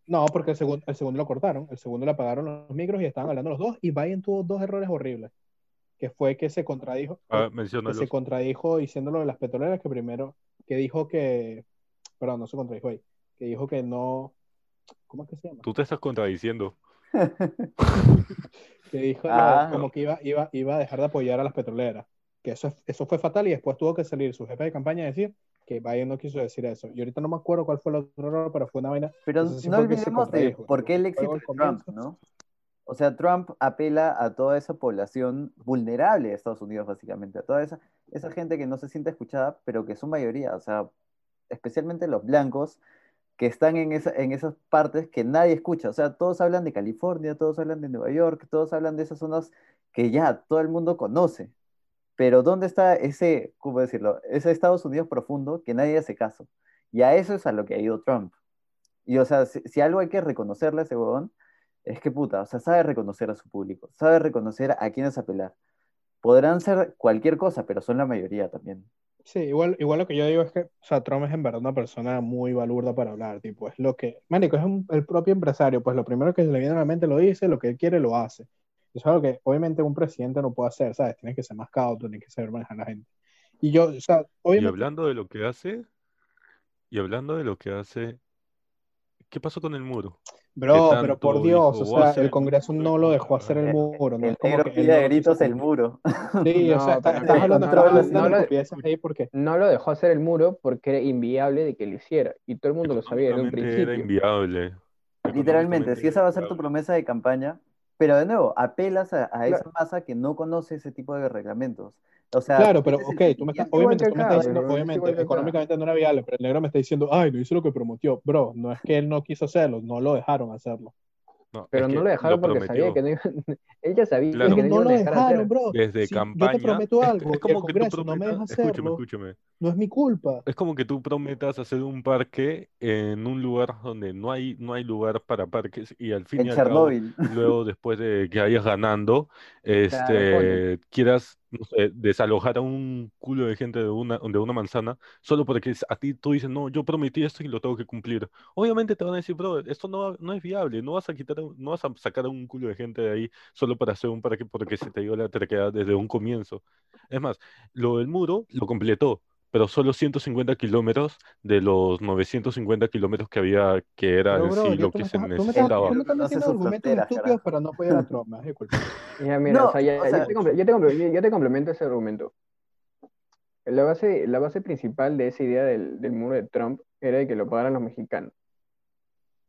[SPEAKER 1] no, porque el segundo, el segundo lo cortaron, el segundo le apagaron los micros y estaban hablando los dos y Biden tuvo dos errores horribles, que fue que se contradijo,
[SPEAKER 3] Ah,
[SPEAKER 1] que se
[SPEAKER 3] menciónalos.
[SPEAKER 1] contradijo diciendo lo de las petroleras, que primero, que dijo que, perdón, no se contradijo ahí, que dijo que no, ¿cómo es que se llama?
[SPEAKER 3] Tú te estás contradiciendo.
[SPEAKER 1] que dijo lo de-
[SPEAKER 2] Ah.
[SPEAKER 1] como que iba, iba, iba a dejar de apoyar a las petroleras. Que eso, eso fue fatal y después tuvo que salir su jefe de campaña a decir que Biden no quiso decir eso. Y ahorita no me acuerdo cuál fue el otro error, pero fue una vaina.
[SPEAKER 2] Pero
[SPEAKER 1] Eso sí
[SPEAKER 2] no
[SPEAKER 1] fue que se
[SPEAKER 2] olvidemos de
[SPEAKER 1] contradijo.
[SPEAKER 2] por qué el éxito
[SPEAKER 1] Luego
[SPEAKER 2] de
[SPEAKER 1] el
[SPEAKER 2] Trump,
[SPEAKER 1] comienzo.
[SPEAKER 2] ¿no? O sea, Trump apela a toda esa población vulnerable de Estados Unidos, básicamente, a toda esa, esa gente que no se siente escuchada, pero que son mayoría, o sea, especialmente los blancos que están en, esa- en esas partes que nadie escucha. O sea, todos hablan de California, todos hablan de Nueva York, todos hablan de esas zonas que ya todo el mundo conoce. Pero ¿dónde está ese, cómo decirlo, ese Estados Unidos profundo que nadie hace caso? Y a eso es a lo que ha ido Trump. Y o sea, si, si algo hay que reconocerle a ese huevón, es que puta, o sea, sabe reconocer a su público, sabe reconocer a quiénes apelar. Podrán ser cualquier cosa, pero son la mayoría también.
[SPEAKER 1] Sí, igual, igual lo que yo digo es que, o sea, Trump es en verdad una persona muy balurda para hablar, tipo, es lo que, manico, es un- el propio empresario, pues lo primero que se le viene a la mente lo dice, lo que él quiere lo hace. Eso es algo que obviamente un presidente no puede hacer, ¿sabes? Tienes que ser más cauto, tienes que saber manejar a la gente. Y yo, o sea,
[SPEAKER 3] Y
[SPEAKER 1] obviamente,
[SPEAKER 3] hablando de lo que hace, y hablando de lo que hace, ¿qué pasó con el muro?
[SPEAKER 1] Bro,
[SPEAKER 3] que
[SPEAKER 1] pero por
[SPEAKER 3] tanto
[SPEAKER 1] Dios,
[SPEAKER 3] dijo,
[SPEAKER 1] o
[SPEAKER 3] "Voy a
[SPEAKER 1] sea,
[SPEAKER 3] hacer
[SPEAKER 1] el
[SPEAKER 3] el
[SPEAKER 1] Congreso
[SPEAKER 3] muro y
[SPEAKER 1] no lo
[SPEAKER 3] bla,
[SPEAKER 1] dejó
[SPEAKER 3] bla,
[SPEAKER 1] hacer
[SPEAKER 3] bla".
[SPEAKER 1] el muro, no
[SPEAKER 2] El
[SPEAKER 1] es como
[SPEAKER 2] negro
[SPEAKER 1] que él no
[SPEAKER 2] pide a
[SPEAKER 1] lo quiso
[SPEAKER 2] gritos el
[SPEAKER 1] cumplir.
[SPEAKER 2] muro.
[SPEAKER 1] Sí, o
[SPEAKER 4] No,
[SPEAKER 1] sea, está-
[SPEAKER 4] pero
[SPEAKER 1] estás
[SPEAKER 4] no,
[SPEAKER 1] hablando,
[SPEAKER 4] no,
[SPEAKER 1] estás
[SPEAKER 4] no,
[SPEAKER 1] hablando
[SPEAKER 4] no
[SPEAKER 1] de
[SPEAKER 4] lo-
[SPEAKER 1] estupideces ahí porque,
[SPEAKER 4] No lo dejó hacer el muro porque era inviable de que lo hiciera. Y todo el mundo lo sabía desde un
[SPEAKER 3] Económicamente era
[SPEAKER 4] principio.
[SPEAKER 3] inviable.
[SPEAKER 2] Literalmente,
[SPEAKER 3] Económicamente
[SPEAKER 2] si
[SPEAKER 3] era
[SPEAKER 2] esa va a ser tu
[SPEAKER 3] inviable.
[SPEAKER 2] promesa de campaña, Pero de nuevo, apelas a, a esa
[SPEAKER 4] Claro.
[SPEAKER 2] masa que no conoce ese tipo de reglamentos. O sea,
[SPEAKER 1] Claro, pero
[SPEAKER 2] ese es el
[SPEAKER 1] ok, tú me estás,
[SPEAKER 2] sentimiento.
[SPEAKER 1] obviamente,
[SPEAKER 4] que
[SPEAKER 1] tú me
[SPEAKER 4] acá,
[SPEAKER 1] estás diciendo,
[SPEAKER 4] bro, es igual que
[SPEAKER 1] obviamente,
[SPEAKER 4] acá.
[SPEAKER 1] económicamente no era viable, pero el negro me está diciendo, ay, no hizo lo que prometió. Bro, no es que él no quiso hacerlo, no lo dejaron hacerlo.
[SPEAKER 4] Pero
[SPEAKER 3] es
[SPEAKER 4] no
[SPEAKER 3] que
[SPEAKER 4] lo dejaron porque sabía que
[SPEAKER 3] prometió.
[SPEAKER 4] no iban- Él ya sabía
[SPEAKER 3] Claro.
[SPEAKER 4] que no,
[SPEAKER 1] No
[SPEAKER 4] iban
[SPEAKER 1] lo
[SPEAKER 4] a dejar hacer.
[SPEAKER 1] dejaron, bro.
[SPEAKER 3] Desde
[SPEAKER 1] Si
[SPEAKER 3] campaña.
[SPEAKER 1] Yo te prometo
[SPEAKER 3] es-
[SPEAKER 1] algo
[SPEAKER 3] es
[SPEAKER 1] y
[SPEAKER 3] como
[SPEAKER 1] el
[SPEAKER 3] que tú
[SPEAKER 1] Congreso no me deja
[SPEAKER 3] prometas- Escúchame,
[SPEAKER 1] hacerlo,
[SPEAKER 3] escúchame.
[SPEAKER 1] no es mi culpa.
[SPEAKER 3] Es como que tú prometas hacer un parque en un lugar donde no hay, no hay lugar para parques y al fin
[SPEAKER 2] En
[SPEAKER 3] y al cabo,
[SPEAKER 2] Chernóbil.
[SPEAKER 3] luego después de que vayas ganando, este, quieras no sé, desalojar a un culo de gente de una, de una manzana, solo porque es- a ti tú dices, no, yo prometí esto y lo tengo que cumplir. Obviamente te van a decir, bro, esto no, no es viable, no vas a quitar, a un- no vas a sacar a un culo de gente de ahí solo para hacer un parque porque se te dio la terquedad desde un comienzo. Es más, lo del muro lo completó pero solo 150 kilómetros de los 950 kilómetros que había, que era
[SPEAKER 1] Pero,
[SPEAKER 3] el
[SPEAKER 1] bro, ya
[SPEAKER 3] siglo
[SPEAKER 1] tú me
[SPEAKER 3] que se
[SPEAKER 1] estás, tú me estás,
[SPEAKER 3] necesitaba.
[SPEAKER 1] tú me estás
[SPEAKER 2] Conoce
[SPEAKER 1] metiendo
[SPEAKER 2] sus
[SPEAKER 1] argumentos
[SPEAKER 2] fronteras,
[SPEAKER 1] estúpidos
[SPEAKER 2] carajo.
[SPEAKER 1] para no apoyar a Trump, me vas a disculpar.
[SPEAKER 4] Ya, mira,
[SPEAKER 2] No,
[SPEAKER 4] o sea, ya-
[SPEAKER 2] o
[SPEAKER 4] ya
[SPEAKER 2] sea-
[SPEAKER 4] te comple- yo, te comple- yo- yo te complemento ese argumento. La base, la base principal de esa idea del, del muro de Trump era de que lo pagaran los mexicanos.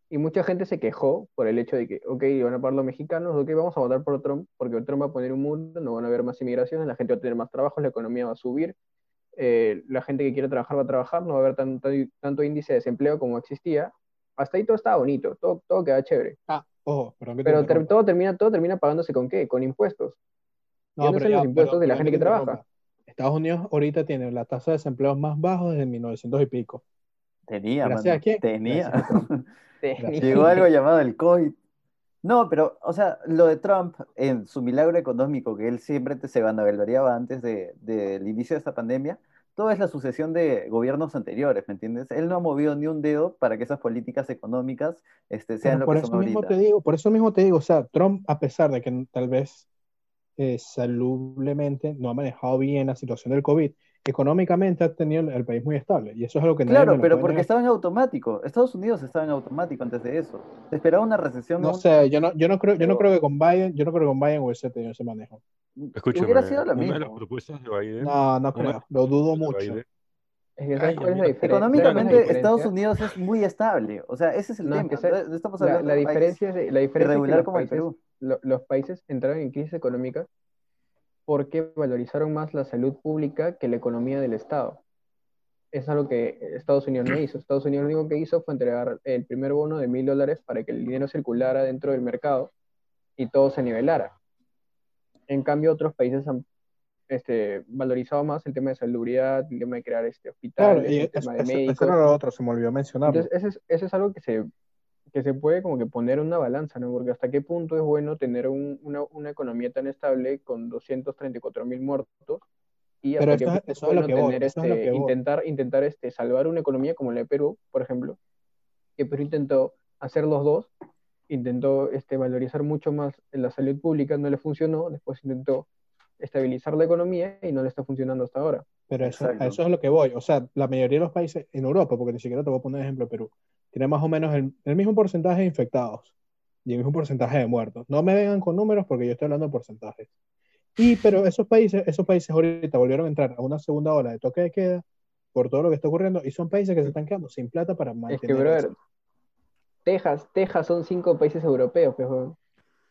[SPEAKER 4] Y mucha gente se quejó por el hecho de que, ok, van a pagar los mexicanos, ok, vamos a votar por Trump, porque Trump va a poner un muro, no van a haber más inmigración, la gente va a tener más trabajos, la economía va a subir, eh, la gente que quiera trabajar va a trabajar, no va a haber tanto, tanto índice de desempleo como existía. Hasta ahí todo estaba bonito, todo, todo queda chévere.
[SPEAKER 1] Ah, ojo, perdón que te
[SPEAKER 4] Pero ter-
[SPEAKER 1] interrumpa.
[SPEAKER 4] todo termina, todo termina pagándose con qué? Con impuestos.
[SPEAKER 1] No,
[SPEAKER 4] yéndose
[SPEAKER 1] pero
[SPEAKER 4] los
[SPEAKER 1] ya,
[SPEAKER 4] impuestos de la
[SPEAKER 1] perdón
[SPEAKER 4] gente que
[SPEAKER 1] te
[SPEAKER 4] trabaja.
[SPEAKER 1] interrumpa. Estados Unidos ahorita tiene la tasa de desempleo más baja desde 1900 y pico.
[SPEAKER 2] Tenía,
[SPEAKER 1] Gracias
[SPEAKER 2] mano,
[SPEAKER 1] a quién?
[SPEAKER 2] Tenía.
[SPEAKER 1] Gracias a Gracias.
[SPEAKER 2] Llegó algo llamado el COVID. No, pero, o sea, lo de Trump, en su milagro económico, que él siempre te- se vanagloriaba antes de- del inicio de esta pandemia, todo es la sucesión de gobiernos anteriores, ¿me entiendes? Él no ha movido ni un dedo para que esas políticas económicas este,
[SPEAKER 1] Pero
[SPEAKER 2] sean lo
[SPEAKER 1] por
[SPEAKER 2] que son
[SPEAKER 1] eso mismo
[SPEAKER 2] ahorita.
[SPEAKER 1] te digo, por eso mismo te digo, o sea, Trump, a pesar de que tal vez eh, salublemente no ha manejado bien la situación del COVID, económicamente ha tenido el, el país muy estable. Y eso es algo que nadie me
[SPEAKER 2] Claro,
[SPEAKER 1] lo
[SPEAKER 2] pero
[SPEAKER 1] puede
[SPEAKER 2] porque
[SPEAKER 1] negar.
[SPEAKER 2] estaba en automático. Estados Unidos estaba en automático antes de eso. Se esperaba una recesión.
[SPEAKER 1] No
[SPEAKER 2] una-
[SPEAKER 1] sé, yo no, yo no creo, yo no
[SPEAKER 2] Pero-
[SPEAKER 1] creo que con Biden, yo no creo que con Biden hubiese tenido ese manejo.
[SPEAKER 2] y
[SPEAKER 3] Escúchame,
[SPEAKER 2] hubiera sido lo
[SPEAKER 3] una de las
[SPEAKER 2] mismo.
[SPEAKER 3] propuestas de Biden,
[SPEAKER 1] No, no
[SPEAKER 3] una de
[SPEAKER 1] creo, lo dudo
[SPEAKER 3] las propuestas
[SPEAKER 1] mucho.
[SPEAKER 3] de Biden,
[SPEAKER 4] Es que,
[SPEAKER 3] Ay,
[SPEAKER 4] ¿sabes cuál es la
[SPEAKER 3] amigo.
[SPEAKER 4] diferencia? ¿Sabes cuál es la
[SPEAKER 2] Económicamente, Estados
[SPEAKER 4] diferencia?
[SPEAKER 2] Unidos es muy estable. O sea, ese es el
[SPEAKER 4] No, es
[SPEAKER 2] tema.
[SPEAKER 4] que esa-
[SPEAKER 2] No- no estamos
[SPEAKER 4] la,
[SPEAKER 2] hablando
[SPEAKER 4] la
[SPEAKER 2] de un país
[SPEAKER 4] diferencia es, de- la diferencia es que
[SPEAKER 2] irregular
[SPEAKER 4] los
[SPEAKER 2] como el
[SPEAKER 4] países,
[SPEAKER 2] Perú.
[SPEAKER 4] lo- los países entraron en crisis económica porque valorizaron más la salud pública que la economía del Estado. Es algo que Estados Unidos no hizo. Estados Unidos lo único que hizo fue entregar el primer bono de mil dólares para que el dinero circulara dentro del mercado y todo se nivelara. En cambio, otros países han este, valorizado más el tema de salubridad, el tema de crear este,
[SPEAKER 1] Claro,
[SPEAKER 4] hospitales,
[SPEAKER 1] y
[SPEAKER 4] el
[SPEAKER 1] es-
[SPEAKER 4] tema de
[SPEAKER 1] es- eso
[SPEAKER 4] médicos.
[SPEAKER 1] era lo otro, se me olvidó mencionarlo.
[SPEAKER 4] Entonces, eso es, eso es algo que se, que se puede como que poner en una balanza, ¿no? Porque hasta qué punto es bueno tener un- una, una economía tan estable con 234 mil muertos y
[SPEAKER 1] Pero
[SPEAKER 4] hasta qué
[SPEAKER 1] esto- eso
[SPEAKER 4] punto es
[SPEAKER 1] es lo
[SPEAKER 4] bueno
[SPEAKER 1] que voy,
[SPEAKER 4] tener
[SPEAKER 1] eso es lo
[SPEAKER 4] este,
[SPEAKER 1] que voy.
[SPEAKER 4] intentar, intentar este, salvar una economía como la de Perú, por ejemplo, que Perú intentó hacer los dos, intentó este, valorizar mucho más la salud pública, no le funcionó, después intentó estabilizar la economía y no le está funcionando hasta ahora.
[SPEAKER 1] Pero eso, a
[SPEAKER 2] Exacto.
[SPEAKER 1] eso es lo que voy. O sea, la mayoría de los países en Europa, porque ni siquiera te voy a poner ejemplo de Perú, tiene más o menos el, el mismo porcentaje de infectados y el mismo porcentaje de muertos. No me vengan con números porque yo estoy hablando de porcentajes. Y, pero esos países, esos países ahorita volvieron a entrar a una segunda ola de toque de queda por todo lo que está ocurriendo y son países que se están quedando sin plata para
[SPEAKER 4] Es
[SPEAKER 1] mantener
[SPEAKER 4] que, brother,
[SPEAKER 1] eso.
[SPEAKER 4] Texas, Texas son cinco países europeos, pues, weón.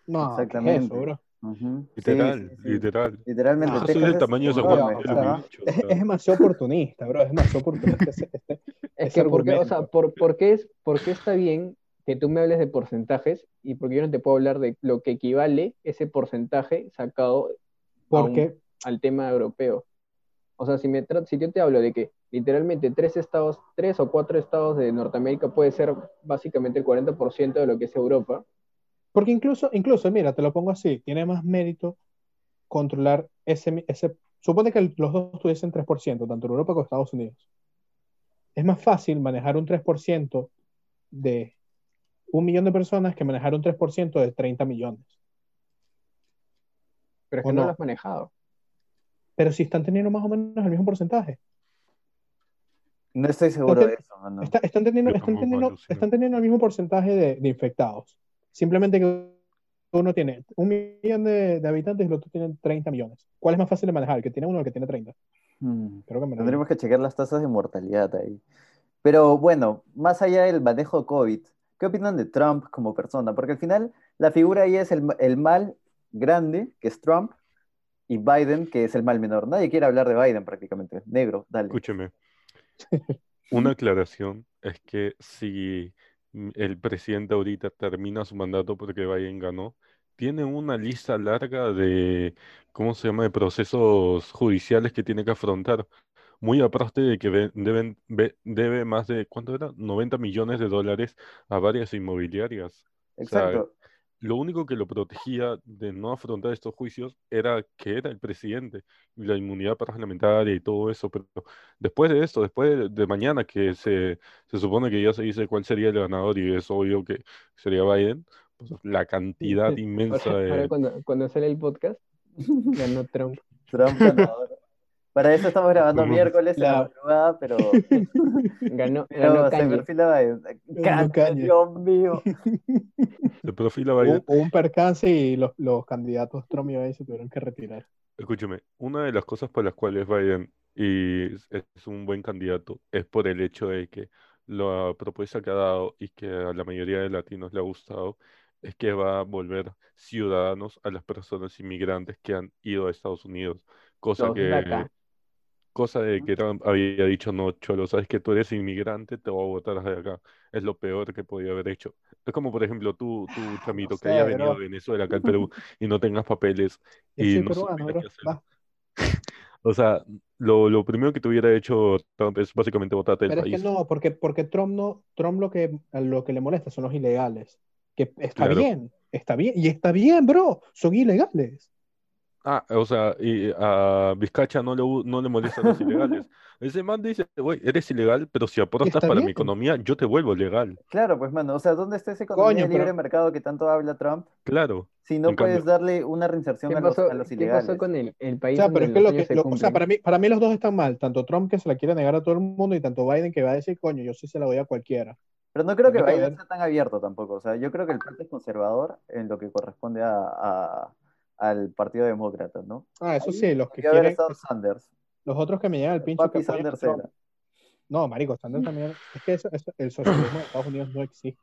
[SPEAKER 1] No, ¿qué es
[SPEAKER 2] Exactamente.
[SPEAKER 1] eso, bro?
[SPEAKER 2] Ujú. Sí,
[SPEAKER 3] Literal,
[SPEAKER 2] sí, sí.
[SPEAKER 3] literal. Ah,
[SPEAKER 2] Literalmente,
[SPEAKER 1] No,
[SPEAKER 3] Eso es
[SPEAKER 2] Texas
[SPEAKER 3] el
[SPEAKER 2] es
[SPEAKER 3] tamaño de San
[SPEAKER 1] Bro,
[SPEAKER 3] Juan
[SPEAKER 2] enorme.
[SPEAKER 1] o
[SPEAKER 3] Pedro,
[SPEAKER 1] sea,
[SPEAKER 2] Ajá.
[SPEAKER 3] bicho, o
[SPEAKER 1] es,
[SPEAKER 3] sea.
[SPEAKER 1] es demasiado oportunista, bro. Es demasiado oportunista ese, este-
[SPEAKER 4] Es
[SPEAKER 1] ese
[SPEAKER 4] que, ¿por qué, o sea,
[SPEAKER 1] argumento.
[SPEAKER 4] por, por qué es, por qué está bien que tú me hables de porcentajes y porque yo no te puedo hablar de lo que equivale ese porcentaje sacado a un-
[SPEAKER 1] Porque,
[SPEAKER 4] al tema europeo? O sea, si, me tra- si yo te hablo de que literalmente tres estados, tres o cuatro estados de Norteamérica puede ser básicamente el 40% de lo que es Europa,
[SPEAKER 1] Porque incluso, incluso, mira, te lo pongo así, tiene más mérito controlar ese, mi- ese supone que el- los dos tuviesen 3%, tanto en Europa como en Estados Unidos. Es más fácil manejar un 3% de un millón de personas que manejar un 3% de 30 millones.
[SPEAKER 4] pero es
[SPEAKER 1] ¿O
[SPEAKER 4] que no,
[SPEAKER 1] no?
[SPEAKER 4] lo has manejado.
[SPEAKER 1] Pero si están teniendo más o menos el mismo porcentaje.
[SPEAKER 2] No estoy seguro de
[SPEAKER 1] Entonces,
[SPEAKER 2] eso, mano.
[SPEAKER 1] Está- están teniendo,
[SPEAKER 3] Yo
[SPEAKER 1] están
[SPEAKER 3] tampoco,
[SPEAKER 1] teniendo,
[SPEAKER 3] alucino.
[SPEAKER 1] están teniendo el mismo porcentaje de, de infectados. Simplemente que uno tiene un millón de, de habitantes y el otro tiene 30 millones. ¿Cuál es más fácil de manejar? ¿El que tiene uno o el que tiene 30?
[SPEAKER 2] Hmm.
[SPEAKER 1] Creo que me lo
[SPEAKER 2] Tendremos que checar las tasas de mortalidad ahí. Pero bueno, más allá del manejo COVID, ¿Qué opinan de Trump como persona? Porque al final la figura ahí es el, el mal grande, que es Trump, y Biden, que es el mal menor. Nadie quiere hablar de Biden prácticamente. Negro, dale.
[SPEAKER 3] Escúcheme. Una aclaración es que si el presidente ahorita termina su mandato porque Biden ganó, tiene una lista larga de, ¿cómo se llama?, de procesos judiciales que tiene que afrontar. Muy aparte de que ve- deben, ve- debe más de, ¿cuánto era? 90 millones de dólares a varias inmobiliarias. O sea,
[SPEAKER 2] Exacto.
[SPEAKER 3] lo único que lo protegía de no afrontar estos juicios era que era el presidente y la inmunidad parlamentaria y todo eso. Pero después de esto, después de, de mañana que se, se supone que ya se dice cuál sería el ganador y es obvio que sería Biden, pues, la cantidad inmensa
[SPEAKER 4] Ahora, ahora
[SPEAKER 3] de...
[SPEAKER 4] cuando, cuando sale el podcast, ganó Trump.
[SPEAKER 2] Trump ganador. Para eso estamos grabando
[SPEAKER 3] Ujú.
[SPEAKER 2] miércoles en la
[SPEAKER 1] La-
[SPEAKER 2] madrugada, pero
[SPEAKER 4] Ganó,
[SPEAKER 2] pero
[SPEAKER 4] ganó
[SPEAKER 2] se
[SPEAKER 4] Kanye.
[SPEAKER 2] perfila Biden. Kanye,
[SPEAKER 1] Kanye.
[SPEAKER 2] Dios mío.
[SPEAKER 3] Se profila
[SPEAKER 1] Hubo,
[SPEAKER 3] Biden.
[SPEAKER 1] hubo un percance y los, los candidatos Trump y Biden se tuvieron que retirar.
[SPEAKER 3] Escúchame, una de las cosas por las cuales Biden y es, es un buen candidato es por el hecho de que la propuesta que ha dado y que a la mayoría de latinos le ha gustado es que va a volver ciudadanos a las personas inmigrantes que han ido a Estados Unidos, cosa
[SPEAKER 2] Los
[SPEAKER 3] que
[SPEAKER 4] DACA.
[SPEAKER 3] cosa de
[SPEAKER 2] Ujú.
[SPEAKER 3] que Trump había dicho no, cholo, sabes que tú eres inmigrante, te voy a votar desde acá. Es lo peor que podía haber hecho. Es como por ejemplo tú, tú
[SPEAKER 1] Ah, no
[SPEAKER 3] chamito
[SPEAKER 1] sé,
[SPEAKER 3] que haya venido
[SPEAKER 1] bro.
[SPEAKER 3] de Venezuela acá al Perú y no tengas papeles
[SPEAKER 1] Yo
[SPEAKER 3] y
[SPEAKER 1] soy
[SPEAKER 3] no
[SPEAKER 1] peruano,
[SPEAKER 3] supieras qué
[SPEAKER 1] bro.
[SPEAKER 3] hacer.
[SPEAKER 1] Va.
[SPEAKER 3] O sea, lo, lo primero que te hubiera hecho Trump es básicamente votarte del
[SPEAKER 1] Pero es que
[SPEAKER 3] país.
[SPEAKER 1] no, porque, porque Trump no, Trump lo que, a lo que le molesta son los ilegales. Que está
[SPEAKER 3] Claro.
[SPEAKER 1] bien, está bien, y está bien, bro. Son ilegales.
[SPEAKER 3] Ah, o sea, y a Vizcacha no le, gu- no le molestan los ilegales. Ese man dice, güey, eres ilegal, pero si aportas
[SPEAKER 1] Está
[SPEAKER 3] para mi
[SPEAKER 1] bien.
[SPEAKER 3] economía, yo te vuelvo legal.
[SPEAKER 2] Claro, pues mano, o sea, ¿dónde está esa economía
[SPEAKER 1] Coño,
[SPEAKER 2] de libre
[SPEAKER 1] pero
[SPEAKER 2] mercado que tanto habla Trump
[SPEAKER 3] Claro.
[SPEAKER 2] si
[SPEAKER 3] En
[SPEAKER 2] no
[SPEAKER 3] cambio,
[SPEAKER 2] puedes darle una reinserción
[SPEAKER 4] ¿Qué
[SPEAKER 2] a los,
[SPEAKER 4] pasó,
[SPEAKER 2] a los
[SPEAKER 4] qué pasó
[SPEAKER 2] ilegales?
[SPEAKER 4] con el, el
[SPEAKER 1] O
[SPEAKER 4] país
[SPEAKER 1] sea, pero
[SPEAKER 4] donde
[SPEAKER 1] es que
[SPEAKER 4] los
[SPEAKER 1] lo que,
[SPEAKER 4] sueños se
[SPEAKER 1] lo- o sea,
[SPEAKER 4] cumplen?
[SPEAKER 1] para mí, para mí los dos están mal, tanto Trump que se la quiere negar a todo el mundo y tanto Biden que va a decir, coño, yo sí se la doy a cualquiera.
[SPEAKER 2] Pero no creo que
[SPEAKER 1] Tiene que
[SPEAKER 2] Biden
[SPEAKER 1] haber,
[SPEAKER 2] sea tan abierto tampoco. O sea, yo creo que el partido es conservador en lo que corresponde a, a- al Partido Demócrata, ¿no?
[SPEAKER 1] ah, eso
[SPEAKER 2] Ahí
[SPEAKER 1] sí, los que
[SPEAKER 2] debió haber
[SPEAKER 1] quieren,
[SPEAKER 2] estado Sanders.
[SPEAKER 1] los otros que me llegan al pincho que
[SPEAKER 2] Papi
[SPEAKER 1] apoyan a
[SPEAKER 2] Sanders
[SPEAKER 1] Trump.
[SPEAKER 2] era.
[SPEAKER 1] No, marico, Sanders también, es que eso, eso- el socialismo de Estados Unidos no existe.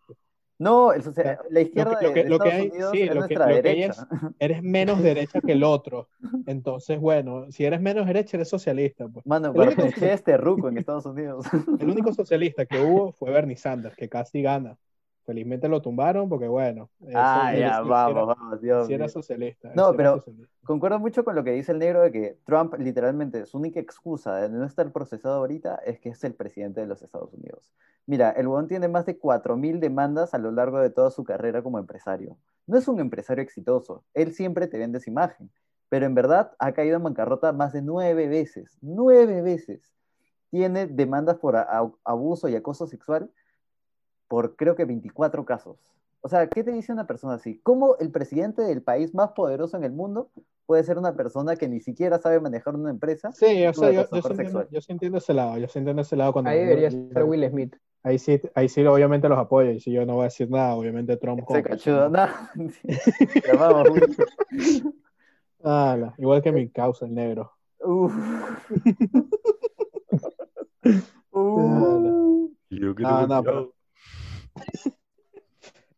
[SPEAKER 2] No, el
[SPEAKER 1] O sea,
[SPEAKER 2] socia- la
[SPEAKER 1] lo que,
[SPEAKER 2] izquierda
[SPEAKER 1] lo
[SPEAKER 2] de,
[SPEAKER 1] que,
[SPEAKER 2] de
[SPEAKER 1] lo que
[SPEAKER 2] Estados
[SPEAKER 1] hay,
[SPEAKER 2] Unidos
[SPEAKER 1] sí,
[SPEAKER 2] es
[SPEAKER 1] lo que,
[SPEAKER 2] nuestra
[SPEAKER 1] lo que hay
[SPEAKER 2] derecha.
[SPEAKER 1] es, eres menos derecha que el otro. Entonces, bueno, si eres menos derecha, eres socialista, pues.
[SPEAKER 2] Mano,
[SPEAKER 1] El único,
[SPEAKER 2] Barnechea es terruco en Estados Unidos.
[SPEAKER 1] el único socialista que hubo fue Bernie Sanders, que casi gana. Felizmente lo tumbaron porque, bueno, eso,
[SPEAKER 2] Ah,
[SPEAKER 1] él,
[SPEAKER 2] ya,
[SPEAKER 1] él sí era,
[SPEAKER 2] vamos, vamos,
[SPEAKER 1] él
[SPEAKER 2] Dios
[SPEAKER 1] sí era
[SPEAKER 2] mío.
[SPEAKER 1] socialista, él sí
[SPEAKER 2] No,
[SPEAKER 1] era
[SPEAKER 2] pero
[SPEAKER 1] socialista.
[SPEAKER 2] concuerdo mucho con lo que dice el negro de que Trump literalmente su única excusa de no estar procesado ahorita es que es el presidente de los Estados Unidos. Mira, el huevón tiene más de 4.000 demandas a lo largo de toda su carrera como empresario. No es un empresario exitoso, él siempre te vende esa imagen, pero en verdad ha caído en bancarrota más de nueve veces, nueve veces. Tiene demandas por a- a- abuso y acoso sexual por creo que 24 casos. O sea, ¿qué te dice una persona así? ¿Cómo el presidente del país más poderoso en el mundo puede ser una persona que ni siquiera sabe manejar una empresa
[SPEAKER 1] Sí, o
[SPEAKER 2] tuvo
[SPEAKER 1] sea, yo, yo,
[SPEAKER 2] acosador
[SPEAKER 1] sí entiendo,
[SPEAKER 2] sexual?
[SPEAKER 1] yo sí entiendo ese lado, yo sí entiendo ese lado cuando
[SPEAKER 4] Ahí
[SPEAKER 1] venga
[SPEAKER 4] debería
[SPEAKER 1] Bernie
[SPEAKER 4] estar
[SPEAKER 1] Sanders.
[SPEAKER 4] Will Smith.
[SPEAKER 1] Ahí sí, ahí sí, obviamente los apoyo, y si yo no voy a decir nada, obviamente Trump
[SPEAKER 2] Se
[SPEAKER 1] como
[SPEAKER 2] cachudo,
[SPEAKER 1] persona.
[SPEAKER 2] no. Pero vamos, Will.
[SPEAKER 1] Ala, igual que mi causa, el negro.
[SPEAKER 2] Uf.
[SPEAKER 1] Ala.
[SPEAKER 2] Uh.
[SPEAKER 3] yo creo
[SPEAKER 1] No,
[SPEAKER 3] que
[SPEAKER 1] no, pero
[SPEAKER 3] cuidado.